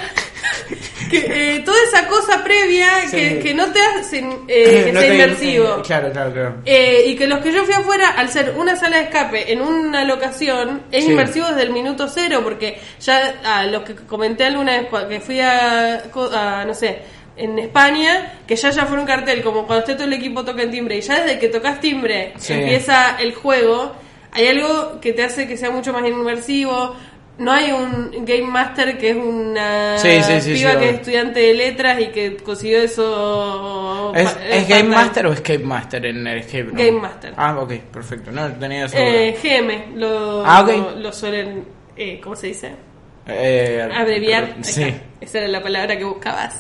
que, eh, toda esa cosa previa que,
Sí.
que no te hacen eh, que
No
sea
te-
inmersivo.
Claro, claro, claro.
Eh, y que los que yo fui afuera, al ser una sala de escape en una locación, es
Sí.
inmersivo desde el minuto cero, porque ya a los que comenté alguna vez cua- que fui a, co- a, no sé, en España, que ya ya fue un cartel, como cuando esté todo el equipo toca en timbre, y ya desde que tocas timbre
Sí.
empieza el juego, hay algo que te hace que sea mucho más inmersivo. No hay un Game Master que es una
Sí, sí, sí,
piba
sí,
que es
obvio.
estudiante de letras y que consiguió eso.
¿Es,
pa-
es Game
fatal.
Master o Escape Master en el Escape Room?
Game Master.
Ah, ok, perfecto. No tenía esa duda.
Eh, GM, lo,
Ah, ok.
lo, lo suelen, eh, ¿cómo se dice?
Eh,
Abreviar. Ahí
Sí.
está. Esa era la palabra que buscabas.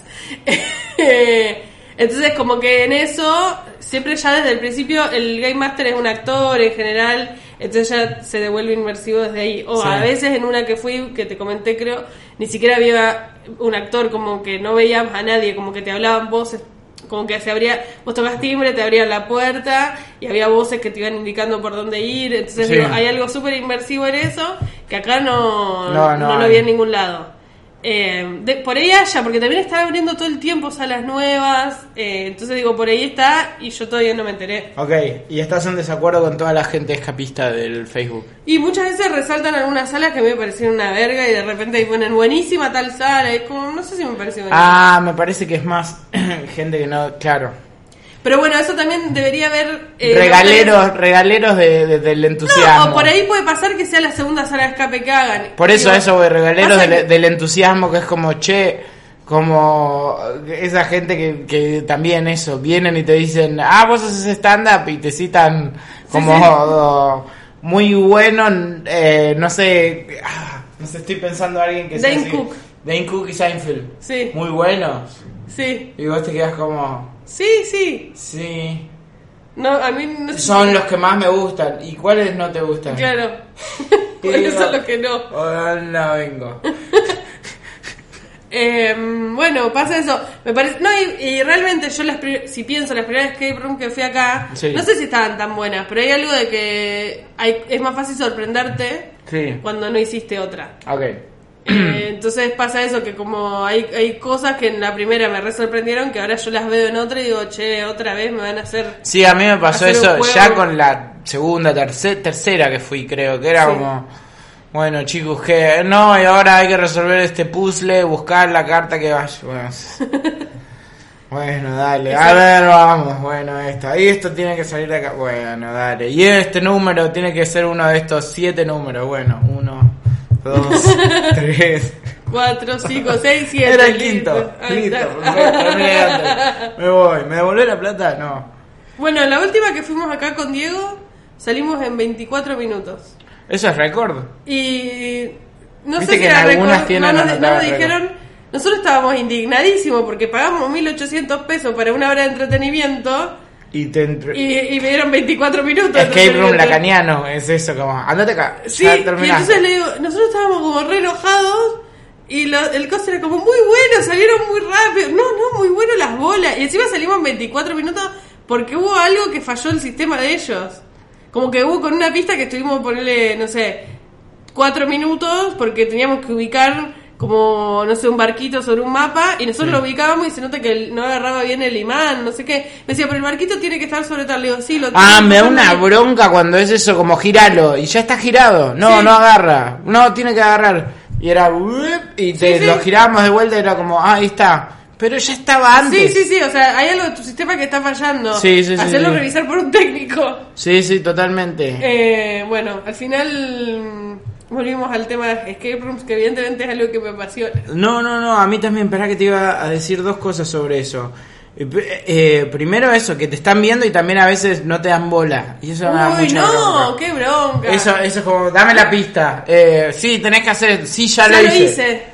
Eh, Entonces, como que en eso, siempre ya desde el principio, el Game Master es un actor en general, entonces ya se devuelve inmersivo desde ahí. O
Sí.
a veces en una que fui, que te comenté creo, ni siquiera había un actor, como que no veíamos a nadie, como que te hablaban voces. Como que se abría, vos tocas timbre, te abrían la puerta y había voces que te iban indicando por dónde ir. Entonces
Sí.
digo, hay algo súper inmersivo en eso que acá no, no,
No, no
lo
hay.
vi en ningún lado. Eh, de- por ahí haya, porque también están abriendo todo el tiempo salas nuevas. eh, entonces digo, por ahí está y yo todavía no me enteré.
Ok, y estás en desacuerdo con toda la gente escapista del Facebook.
Y muchas veces resaltan algunas salas que a mí me parecieron una verga y de repente ahí ponen buenísima tal sala. Es como, no sé si me pareció buenísima.
Ah, me parece que es más gente que no. Claro.
Pero bueno, eso también debería haber. eh,
regaleros, regaleros de- de- del entusiasmo.
No, o por ahí puede pasar que sea la segunda sala de escape que hagan.
Por eso,
Digo,
eso, güey, regaleros
pasa
del,
que-
del entusiasmo que es como, che, como esa gente que, que también eso, vienen y te dicen, ah, vos haces stand-up y te citan como
sí.
oh, muy bueno, eh, no sé, ah, no sé, estoy pensando a alguien que sea
Dane
así.
Cook.
Dane Cook y Seinfeld.
Sí.
Muy buenos.
Sí,
Y vos te quedas como,
sí, sí.
sí,
No, a mí no sé si-
son los que más me gustan. ¿Y cuáles no te gustan?
Claro.
Y
¿Cuáles
digo,
son los que no?
"Oh, no vengo.
Eh, bueno, pasa eso. Me parece. No, y, y realmente yo las pri- si pienso las primeras escape room que fui acá,
Sí.
no sé si estaban tan buenas, pero hay algo de que hay- es más fácil sorprenderte
Sí.
cuando no hiciste otra.
Ok.
Eh, entonces pasa eso que como hay, hay cosas que en la primera me re sorprendieron que ahora yo las veo en otra y digo, che, otra vez me van a hacer.
Sí, a mí me pasó
Hacer un
eso
juego.
ya con la segunda, terce- tercera que fui, creo, que era
Sí.
como, bueno chicos, que no, y ahora hay que resolver este puzzle, buscar la carta que vaya. Bueno, sí. Bueno, dale, a
Exacto.
ver, vamos, bueno, esto, y esto tiene que salir de acá, bueno, dale, y este número tiene que ser uno de estos siete números, bueno, uno, dos, tres.
4, 5, 6, 7.
Era el quinto,
Ahí
listo,
está.
perfecto, terminé antes. me voy, ¿me devolvé la plata? No.
Bueno, la última que fuimos acá con Diego, salimos en 24 minutos.
Eso es récord.
Y no
Viste
sé si
que en
era
algunas
récord,
tienen
no, nos, no
anotado
nos
el récord.
dijeron, nosotros estábamos indignadísimos porque pagamos 1800 pesos para una hora de entretenimiento
Y te entre-
y, y me dieron 24 minutos. de
Escape Room
entretenimiento.
Lacaniano, es eso, como, andate acá,
Sí,
ya
y
terminaste.
entonces le digo, nosotros estábamos como re enojados y lo- el coso era como muy bueno, salieron muy rápido. No, no, muy bueno las bolas. Y encima salimos en 24 minutos porque hubo algo que falló el sistema de ellos. Como que hubo con una pista que estuvimos ponerle, no sé, cuatro minutos porque teníamos que ubicar como, no sé, un barquito sobre un mapa y nosotros lo ubicábamos y se nota que el- no agarraba bien el imán, no sé qué. Me decía, pero el barquito tiene que estar sobre tal. Le digo, sí, lo
Ah,
tiene
me
que
da
estar
una
sobre-
bronca cuando es eso, como giralo, y ya está girado. No,
Sí.
no agarra, no, tiene que agarrar. Y era, "Uep", y te
Sí, sí.
lo girábamos de vuelta y era como, ah, ahí está. Pero ya estaba antes.
Sí, sí, sí, o sea, hay algo de tu sistema que está fallando.
Sí, sí, sí,
Hacerlo
sí.
revisar por un técnico.
Sí, sí, totalmente.
Eh, bueno, al final mm, Volvimos al tema de escape rooms, que evidentemente es algo que me apasiona.
No, no, no, a mí también, espera que te iba a decir dos cosas sobre eso. Eh, p- eh, primero eso, que te están viendo y también a veces no te dan bola. Y eso me da
Uy,
mucha
no,
bronca.
qué bronca.
Eso, eso es como, dame la pista. Eh, sí, tenés que hacer, sí, ya,
ya
lo hice.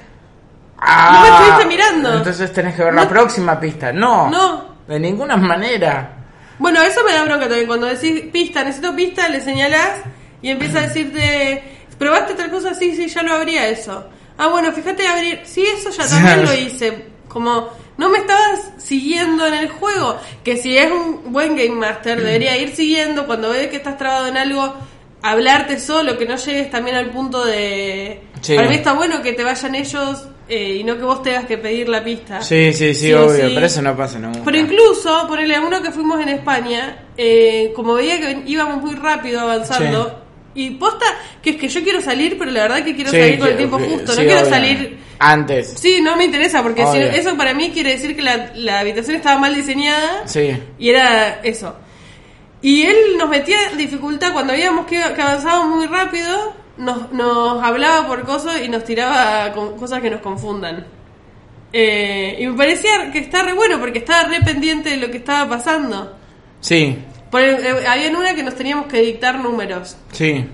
Ah.
No me estuviste mirando.
Entonces tenés que ver
No-
la próxima pista. No.
No.
De ninguna manera.
Bueno, eso me da bronca también. Cuando decís pista, necesito pista, le señalás y empieza a decirte, ¿probaste tal cosa? Sí, sí, ya lo habría eso. Ah, bueno, fíjate abrir. Sí, eso ya también lo hice. Como, no me estabas siguiendo en el juego. Que si es un buen Game Master, debería ir siguiendo. Cuando ve que estás trabado en algo, hablarte solo, que no llegues también al punto de.
Sí.
Para mí está bueno que te vayan ellos eh, y no que vos tengas que pedir la pista.
Sí, sí, sí,
o
obvio.
sí.
Pero eso no pasa nunca.
Pero incluso, ponele a uno que fuimos en España, eh, como veía que íbamos muy rápido avanzando, y posta, que es que yo quiero salir, pero la verdad que quiero
Sí,
salir con el
que-
tiempo
que-
justo,
sí,
no quiero
obvio.
salir...
Antes.
Sí, no me interesa, porque si-
Obvio.
eso para mí quiere decir que la, la habitación estaba mal diseñada
Sí.
y era eso. Y él nos metía en dificultad cuando veíamos que, que avanzábamos muy rápido, nos, nos hablaba por cosas y nos tiraba con cosas que nos confundan. Eh, y me parecía que está re bueno porque estaba re pendiente de lo que estaba pasando.
Sí.
Por, eh, había en una que nos teníamos que dictar números.
Sí.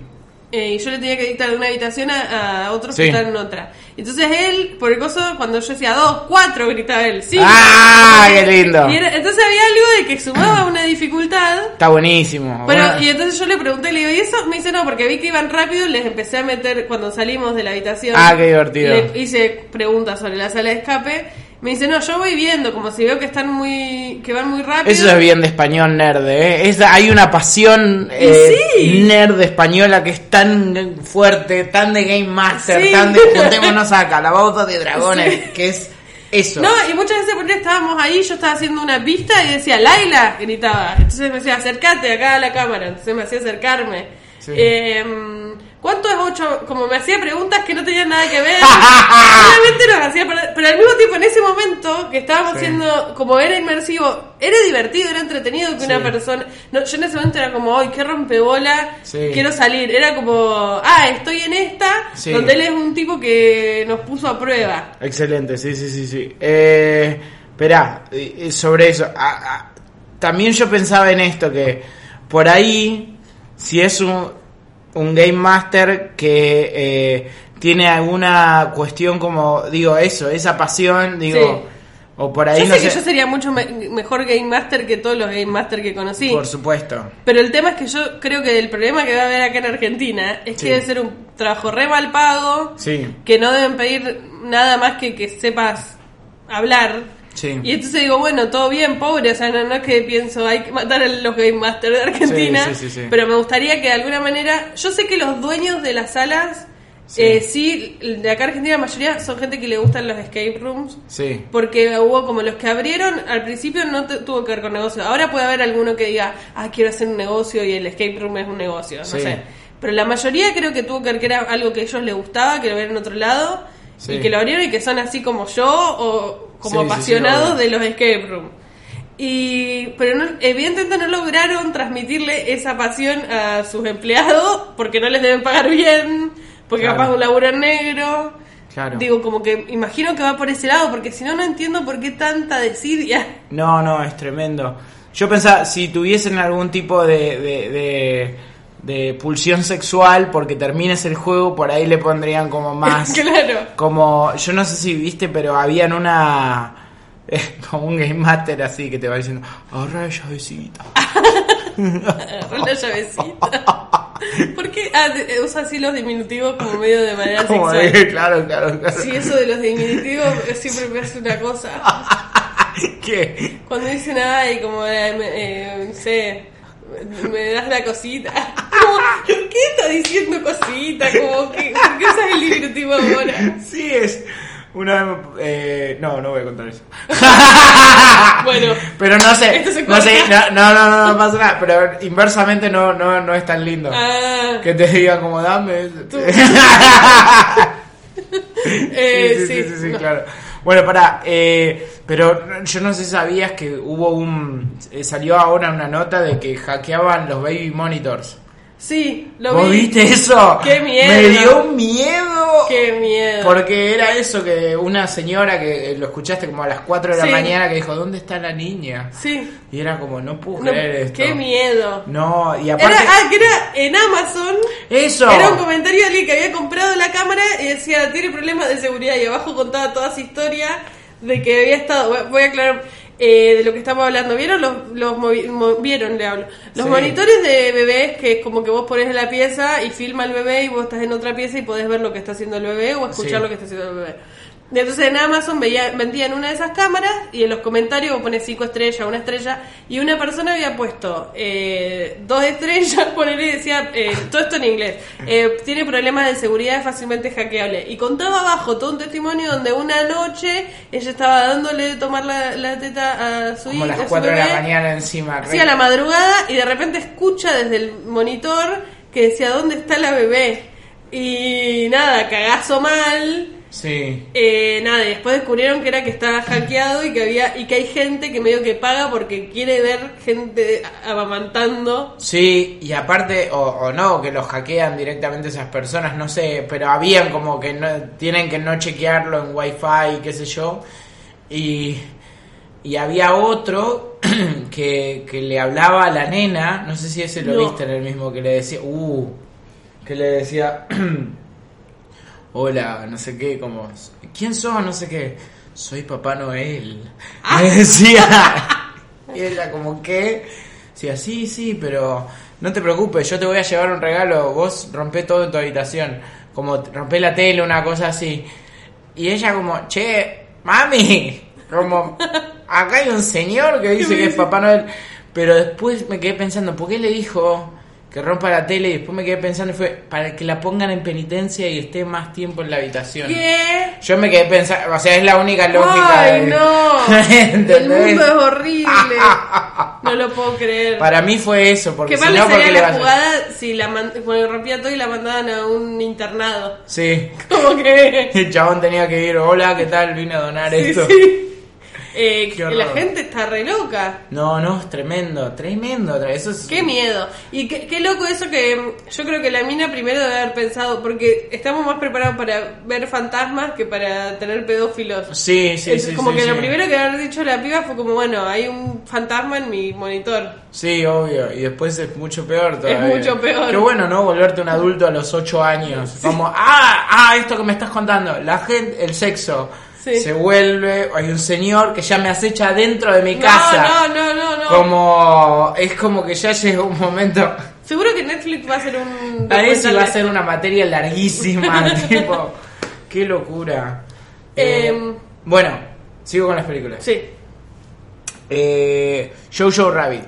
Eh, y yo le tenía que dictar de una habitación a, a otro
Sí.
que estaba en otra. Entonces él, por el coso, cuando yo decía dos, cuatro, gritaba él. Sí.
¡Ah, qué lindo!
Y era- entonces había algo de que sumaba una dificultad.
Está buenísimo.
Pero,
Ah, Bueno,
y entonces yo le pregunté, le digo, ¿y eso? Me dice, no, porque vi que iban rápido, les empecé a meter cuando salimos de la habitación.
Ah, qué divertido.
Le hice preguntas sobre la sala de escape. Me dice, no, yo voy viendo, como si veo que están muy, que van muy rápido.
Eso es bien de español nerd, ¿eh? Es- hay una pasión eh,
sí.
nerd española que es tan fuerte, tan de Game Master,
Sí.
tan de juntémonos a Calabozo de Dragones, que es eso.
No, y muchas veces por ahí estábamos ahí, yo estaba haciendo una pista y decía, Laila, gritaba. Entonces me decía, acércate acá a la cámara. Entonces me hacía acercarme.
Sí.
Eh, ¿Cuánto es 8? Como me hacía preguntas que no tenían nada que ver. Realmente nos hacía perder- Pero al mismo tiempo, en ese momento que estábamos
Sí.
haciendo, como era inmersivo, era divertido, era entretenido que una persona. No, yo en ese momento era como, ¡ay, qué rompebola!
Sí.
Quiero salir. Era como, ¡ah, estoy en esta!
Sí.
Donde él es un tipo que nos puso a prueba.
Excelente, sí, sí, sí, sí. Eh, esperá, eh, eh, sobre eso. a- a- también yo pensaba en esto, que por ahí, si es un, un Game Master que eh, tiene alguna cuestión como, digo, eso, esa pasión, digo, o por ahí
yo
no
sé que
sé-
yo sería mucho me- mejor Game Master que todos los Game Master que conocí.
Por supuesto.
Pero el tema es que yo creo que el problema que va a haber acá en Argentina es
Sí.
que debe ser un trabajo re mal pago,
Sí,
que no deben pedir nada más que que sepas hablar.
sí.
Y entonces digo, bueno, todo bien, pobre, o sea, no, no es que pienso, hay que matar a los Game Master de Argentina,
Sí, sí, sí, sí.
pero me gustaría que de alguna manera, yo sé que los dueños de las salas, eh, sí, de acá en Argentina la mayoría son gente que le gustan los escape rooms,
Sí.
porque hubo como los que abrieron, al principio no te- tuvo que ver con negocio. Ahora puede haber alguno que diga, ah, quiero hacer un negocio y el escape room es un negocio, no
Sí.
sé. Pero la mayoría creo que tuvo que ver que era algo que a ellos les gustaba, que lo vieron en otro lado,
Sí.
y que lo abrieron y que son así como yo o como
Sí, sí, sí,
apasionados
obvio.
de los escape room. Y, pero no- evidentemente no lograron transmitirle esa pasión a sus empleados porque no les deben pagar bien, porque
Claro.
capaz un laburo en negro.
Claro.
Digo, como que imagino que va por ese lado, porque si no, no entiendo por qué tanta desidia.
No, no, es tremendo. Yo pensaba, si tuviesen algún tipo de, de, de- de pulsión sexual porque termines el juego, por ahí le pondrían como más...
claro.
Como, yo no sé si viste, pero habían una... eh, como un Game Master así que te va diciendo, ahorra la llavecita.
Agarró la llavecita. ¿Por qué? Ah, de- eh, usa así los diminutivos como medio de manera
Como
sexual.
de- claro, claro, claro.
Sí, eso de los diminutivos eh, siempre me hace una cosa.
¿Qué?
Cuando dicen, ay, como, eh, me- eh, no sé, me- me das la cosita. Como, ¿Qué está diciendo cosita? Como, ¿qué, ¿Por qué usas el diminutivo ahora?
Sí es. Una vez me- eh, no, no voy a contar eso.
Bueno.
Pero no sé.
Esto se
No, sé
corta.
no, no, no, no, no pasa nada. Pero inversamente no, no, no es tan lindo.
Ah,
Que te diga como dame.
eh,
sí, sí, sí, sí, sí, claro. Bueno, pará, eh, pero yo no sé si sabías que hubo un... eh, salió ahora una nota de que hackeaban los baby monitors.
Sí, lo
¿Vos
vi.
viste eso?
¡Qué miedo!
Me dio miedo.
¡Qué miedo!
Porque era eso que una señora que eh, lo escuchaste como a las 4 de la
Sí.
mañana que dijo, ¿dónde está la niña?
Sí.
Y era como, no puedo
No,
creer esto.
¡Qué miedo!
No, y
Era,
aparte...
ah, que era en Amazon.
¡Eso!
Era un comentario de alguien que había comprado la cámara y decía, tiene problemas de seguridad. Y abajo contaba toda su historia de que había estado... voy- Voy a aclarar eh, de lo que estamos hablando. ¿Vieron los, los movi- mo- vieron, le hablo? Los
Sí.
monitores de bebés que es como que vos pones en la pieza y filma el bebé y vos estás en otra pieza y podés ver lo que está haciendo el bebé o escuchar
Sí.
lo que está haciendo el bebé. Y entonces en Amazon veía- vendían una de esas cámaras y en los comentarios vos pones cinco estrellas, una estrella, y una persona había puesto eh, dos estrellas, ponele y decía, eh, todo esto en inglés, eh, tiene problemas de seguridad, es fácilmente hackeable. Y contaba abajo todo un testimonio donde una noche ella estaba dándole de tomar la, la teta a su hijo.
como a las
a su
4 de la
bebé.
mañana encima.
Sí, a la madrugada y de repente escucha desde el monitor que decía, ¿dónde está la bebé? Y nada, cagazo mal.
Sí.
Eh, nada, y después descubrieron que era que estaba hackeado y que había y que hay gente que medio que paga porque quiere ver gente amamantando.
Sí, y aparte, o, o no, que los hackean directamente esas personas, no sé, pero habían como que no, tienen que no chequearlo en wifi y qué sé yo. Y, y había otro que, que le hablaba a la nena, no sé si ese lo
No.
viste en el mismo, que le decía, uh, que le decía, hola, no sé qué, como, ¿quién sos? No sé qué, soy Papá Noel. Le decía, y ella como, ¿qué? Decía, sí, sí, pero no te preocupes, yo te voy a llevar un regalo, vos rompé todo en tu habitación, como rompé la tele, una cosa así. Y ella como, che, mami, como, acá hay un señor que dice que es Papá Noel. Pero después me quedé pensando, ¿por qué le dijo que rompa la tele? Y después me quedé pensando, y fue para que la pongan en penitencia y esté más tiempo en la habitación.
¿Qué?
Yo me quedé pensando, o sea, es la única lógica.
Ay,
de-
no.
¿Entendés?
El mundo es horrible. No lo puedo creer.
Para mí fue eso, porque
Qué
si
mal
no, porque
sería
le
la
vas a...
jugada si la man- bueno, rompía todo y la mandaban a un internado.
Sí,
¿Cómo que?
el chabón tenía que ir, hola, ¿qué tal? Vine a donar
Sí,
esto.
sí. Eh,
Qué
la
horror.
gente está re loca.
No, no, es tremendo, tremendo. tra- Eso es...
Qué miedo. Y qué, qué loco eso que mm, yo creo que la mina primero debe haber pensado, porque estamos más preparados para ver fantasmas que para tener pedófilos.
Sí, sí,
Es
sí.
como
sí,
que
sí.
lo primero que haber dicho la piba fue como, bueno, hay un fantasma en mi monitor.
Sí, obvio. Y después es mucho peor todavía.
mucho peor.
Qué bueno, ¿no? Volverte un adulto a los 8 años. Como, ah, ah, esto que me estás contando. La gente, el sexo.
Sí.
Se vuelve, hay un señor que ya me acecha dentro de mi casa.
No, no, no, no. no.
Como, es como que ya llegó un momento.
Seguro que Netflix va a hacer un...
Parece que
documental
va a
de-
ser una materia larguísima, tipo. Qué locura. Eh,
Em.
bueno, sigo con las películas.
Sí.
Eh, Jojo Rabbit.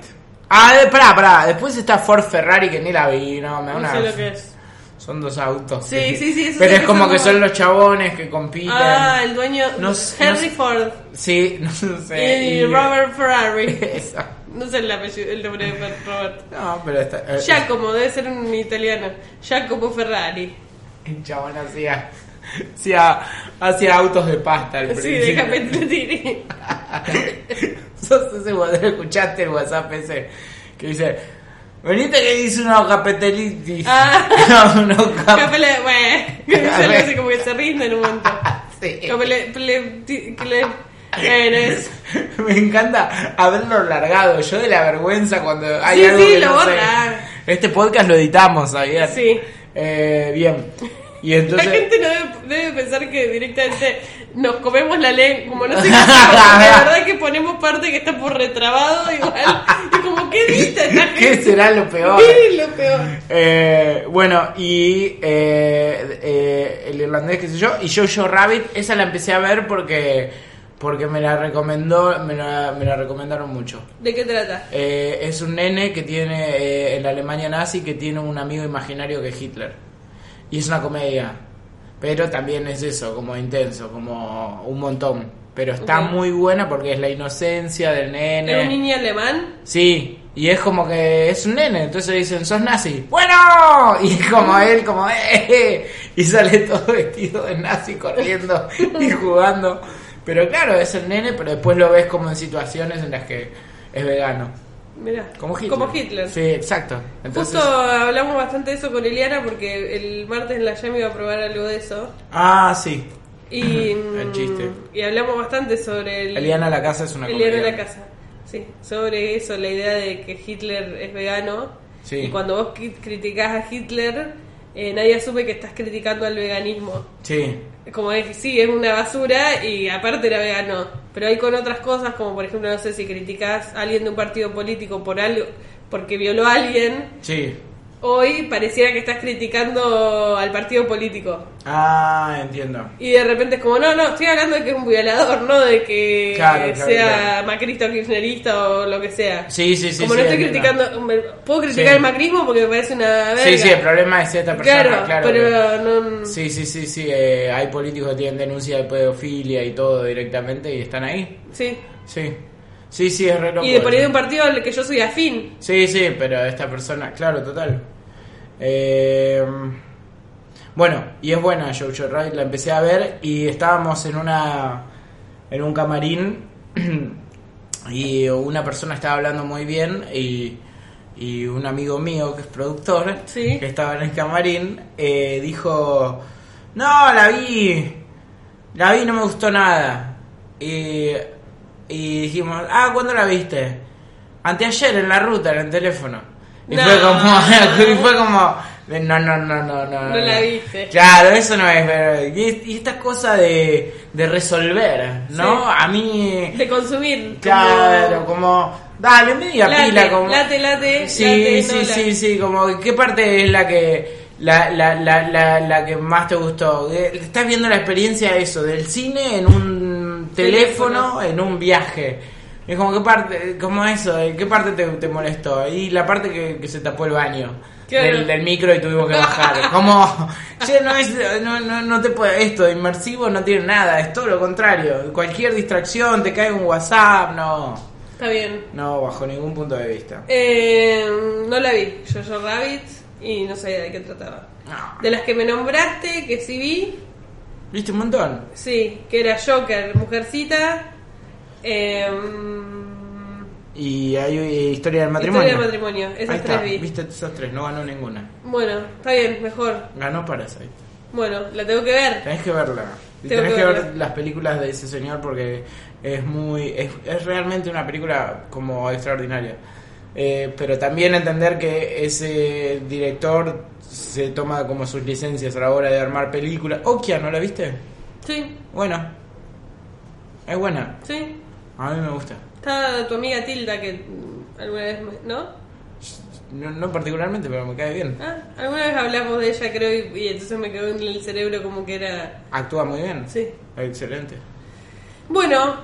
Ah, de- pará, pará. Después está Ford Ferrari que ni la vi, no, me da
No
una.
sé lo que es.
Son dos autos.
Sí, sí, sí, eso
Pero
sé
es
que
como
son
que
como-
son los chabones que compiten.
Ah, el dueño...
No sé,
Henry
no eh, sé.
Ford
Sí, no sé.
y Robert Ferrari.
Eso.
No sé el, apellido- el nombre de Robert.
No, pero está. eh,
Giacomo, debe ser un italiano. Giacomo Ferrari.
El chabón hacía, hacía, hacía autos de pasta al
Sí,
principio.
déjame te diré.
Sos ese guardero, escuchaste el WhatsApp ese que dice, venite que dice una capetelitis.
Ah.
una cap-
Capele, bueno, que dice algo así como que se rinde en un momento.
Sí. eh.
Capele, ple, ti- que le- bueno, es-
Me encanta haberlo largado. Yo de la vergüenza cuando hay
Sí,
algo
sí,
que
lo
no sé.
borra.
Este podcast lo editamos, ¿sabías?
Sí.
Eh, bien. Y
La
entonces...
gente no debe, debe pensar que directamente nos comemos la lengua, como no sé qué
Ah,
hacemos, porque la verdad que ponemos parte que está por retrabado igual. Y como, ¿qué diste? esta
¿Qué
gente?
será lo peor?
¿Qué es lo peor?
Eh, bueno, y eh, eh, el irlandés, qué sé yo, y Jojo Rabbit, esa la empecé a ver porque porque me la recomendó, me la, me la recomendaron mucho.
¿De qué trata?
Eh, es un nene que tiene eh, en la Alemania nazi que tiene un amigo imaginario que es Hitler. Y es una comedia, pero también es eso, como intenso, como un montón. Pero está
Ok.
muy buena porque es la inocencia del nene.
¿Era un niño alemán?
Sí, y es como que es un nene, entonces dicen, sos nazi. ¡Bueno! Y como él, como, ¡eh! eh". Y sale todo vestido de nazi corriendo y jugando. Pero claro, es el nene, pero después lo ves como en situaciones en las que es vegano.
Mirá.
Como Hitler.
Como Hitler.
Sí, exacto. Entonces,
Justo hablamos bastante de eso con Eliana porque el martes en la Yami iba a probar algo de eso.
Ah, sí.
Y, mm,
El chiste.
Y hablamos bastante sobre el.
Eliana la casa es una
Eliana
comedia.
la casa. Sí, sobre eso, la idea de que Hitler es vegano.
Sí.
Y cuando vos qui- criticás a Hitler, eh, nadie asume que estás criticando al veganismo.
Sí.
Como es, sí, es una basura y aparte era vegano. Pero hay con otras cosas, como por ejemplo, no sé si criticas a alguien de un partido político por algo, porque violó a alguien,
Sí.
hoy pareciera que estás criticando al partido político.
Ah, entiendo.
Y de repente es como, no, no, estoy hablando de que es un violador, no de que
Claro, claro,
sea
claro.
macrista o kirchnerista o lo que sea.
Sí, sí, sí.
como
sí,
no estoy
entiendo.
criticando, me- puedo criticar
Sí.
el macrismo porque me parece una verga.
Sí, sí, el problema es esta persona,
Claro,
claro.
pero no...
Sí, sí, sí, sí. eh, hay políticos que tienen denuncia de pedofilia y todo directamente y están ahí.
sí.
Sí. Sí, sí, es re loco
Y de por ahí de
eso.
un partido al que yo soy afín.
Sí, sí, pero esta persona, claro, total. Eh, bueno, y es buena Jojo Rabbit, la empecé a ver y estábamos en una en un camarín y una persona estaba hablando muy bien y, y un amigo mío que es productor
Sí.
que estaba en el camarín eh, dijo no la vi la vi y no me gustó nada y, y dijimos ah ¿cuándo la viste? anteayer en la ruta en el teléfono y
No.
fue como y fue como de, no no no no no
No la viste.
Claro, eso no es verdad. Y, es- y esta cosa de, de resolver, ¿no?
Sí.
A mí,
De consumir.
claro,
como-
como, dale, media
Late,
pila, como...
late, late,
sí,
late,
sí,
no
sí,
late.
sí, como, ¿qué parte es la que... La, la, la, la, la que más te gustó. Eh, Estás viendo la experiencia de eso, del cine en un teléfono,
Teléfono.
en un viaje. Es como, ¿qué parte, como eso? eh, ¿Qué parte te, te molestó? Y la parte que, que se tapó el baño
Claro.
del, del micro y tuvimos que bajar. Como, che, no, es, no, no, no te puede, esto de inmersivo no tiene nada, es todo lo contrario. Cualquier distracción, te cae un WhatsApp, no.
Está bien.
No, bajo ningún punto de vista.
Eh, no la vi. Jojo Rabbit y no sabía de qué trataba.
No.
De las que me nombraste, que sí vi,
¿Viste un montón?
sí, que era Joker, Mujercita, eh,
Y hay eh, historia del matrimonio.
Historia de matrimonio.
Ahí
Esas
está,
tres vi.
Viste esas tres, no ganó ninguna.
Bueno, está bien, mejor.
Ganó Parasite.
Bueno, la tengo que ver.
Tenés que verla. Y
Tengo
tenés
que
que ver
verla.
las películas de ese señor porque es muy. es, es realmente una película como extraordinaria. Eh, pero también entender que ese director se toma como sus licencias a la hora de armar películas. Okia, ¿no la viste?
Sí,
Bueno. Es buena.
sí.
A mí me gusta.
Está tu amiga Tilda que mm, alguna vez, me- ¿no?
No, no particularmente, pero me cae bien.
Ah, alguna vez hablamos de ella, creo, y, y entonces me quedó en el cerebro como que era...
Actúa muy bien.
Sí.
Excelente.
Bueno,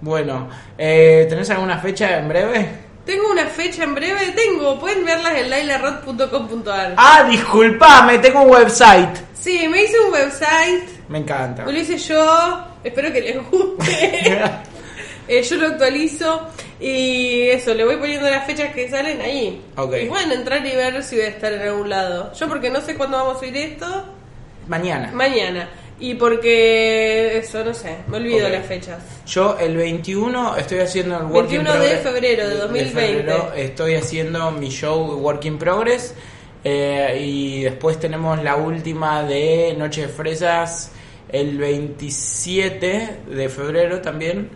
Bueno, eh, ¿tenés alguna fecha en breve?
tengo una fecha en breve, tengo, pueden verlas en lailarod.com.ar.
Ah, disculpame, tengo un website.
Sí, me hice un website,
Me encanta.
me lo hice yo, espero que les guste. Eh, yo lo actualizo y eso, le voy poniendo las fechas que salen ahí.
Ok.
Y pueden entrar y ver si voy a estar en algún lado. Yo porque no sé cuándo vamos a subir esto,
Mañana.
mañana. Y porque eso, no sé, me olvido
Ok.
las fechas.
Yo el 21 estoy haciendo el work in
21 de
progress-
febrero de 2020.
febrero estoy haciendo mi show Work in Progress. eh, y después tenemos la última de Noche de Fresas el 27 de febrero también.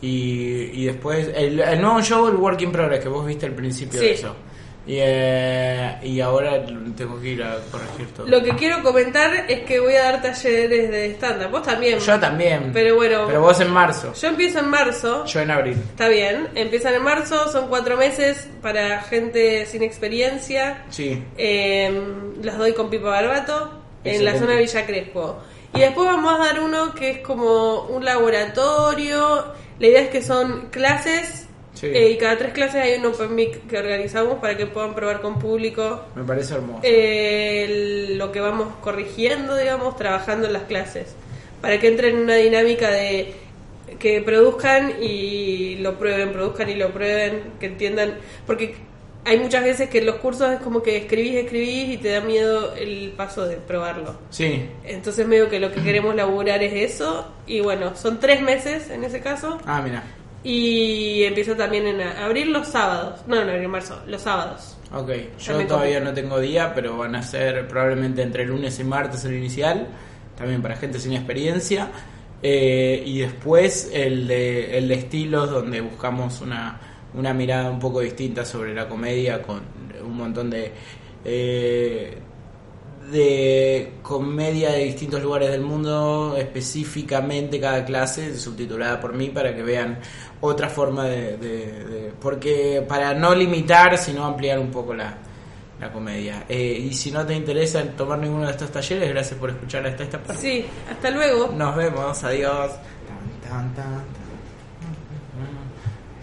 Y, y después el, el nuevo show, el Work in Progress, que vos viste al principio
Sí.
de eso. Y, eh, y ahora tengo que ir a corregir todo.
Lo que quiero comentar es que voy a dar talleres de stand-up. Vos también.
Yo también.
Pero bueno.
Pero vos en marzo.
Yo empiezo en marzo.
Yo en abril.
Está bien. Empiezan en marzo, son cuatro meses para gente sin experiencia.
Sí.
Eh, las doy con Pipa Barbato en la
Excelente.
zona de Villa Crespo. Y después vamos a dar uno que es como un laboratorio. La idea es que son clases
Sí.
eh, y cada tres clases hay un open mic que organizamos para que puedan probar con público
Me parece hermoso.
eh, lo que vamos corrigiendo, digamos, trabajando en las clases. Para que entren en una dinámica de que produzcan y lo prueben, produzcan y lo prueben, que entiendan. Porque hay muchas veces que en los cursos es como que escribís, escribís y te da miedo el paso de probarlo.
Sí.
Entonces, medio que lo que queremos laburar es eso. Y bueno, son tres meses en ese caso.
Ah, mira.
Y empieza también en abril los sábados. No, en abril, marzo, los sábados.
Ok, yo
También
todavía
compro.
no tengo día, pero van a ser probablemente entre lunes y martes el inicial, también para gente sin experiencia. Eh, y después el de, el de estilos, donde buscamos una, una mirada un poco distinta sobre la comedia, con un montón de, eh, de comedia de distintos lugares del mundo, específicamente cada clase, subtitulada por mí, para que vean otra forma de... de- de- porque para no limitar, sino ampliar un poco la, la comedia. Eh, y si no te interesa tomar ninguno de estos talleres, gracias por escuchar hasta esta parte.
Sí, hasta luego.
Nos vemos, adiós. Tan, tan, tan, tan.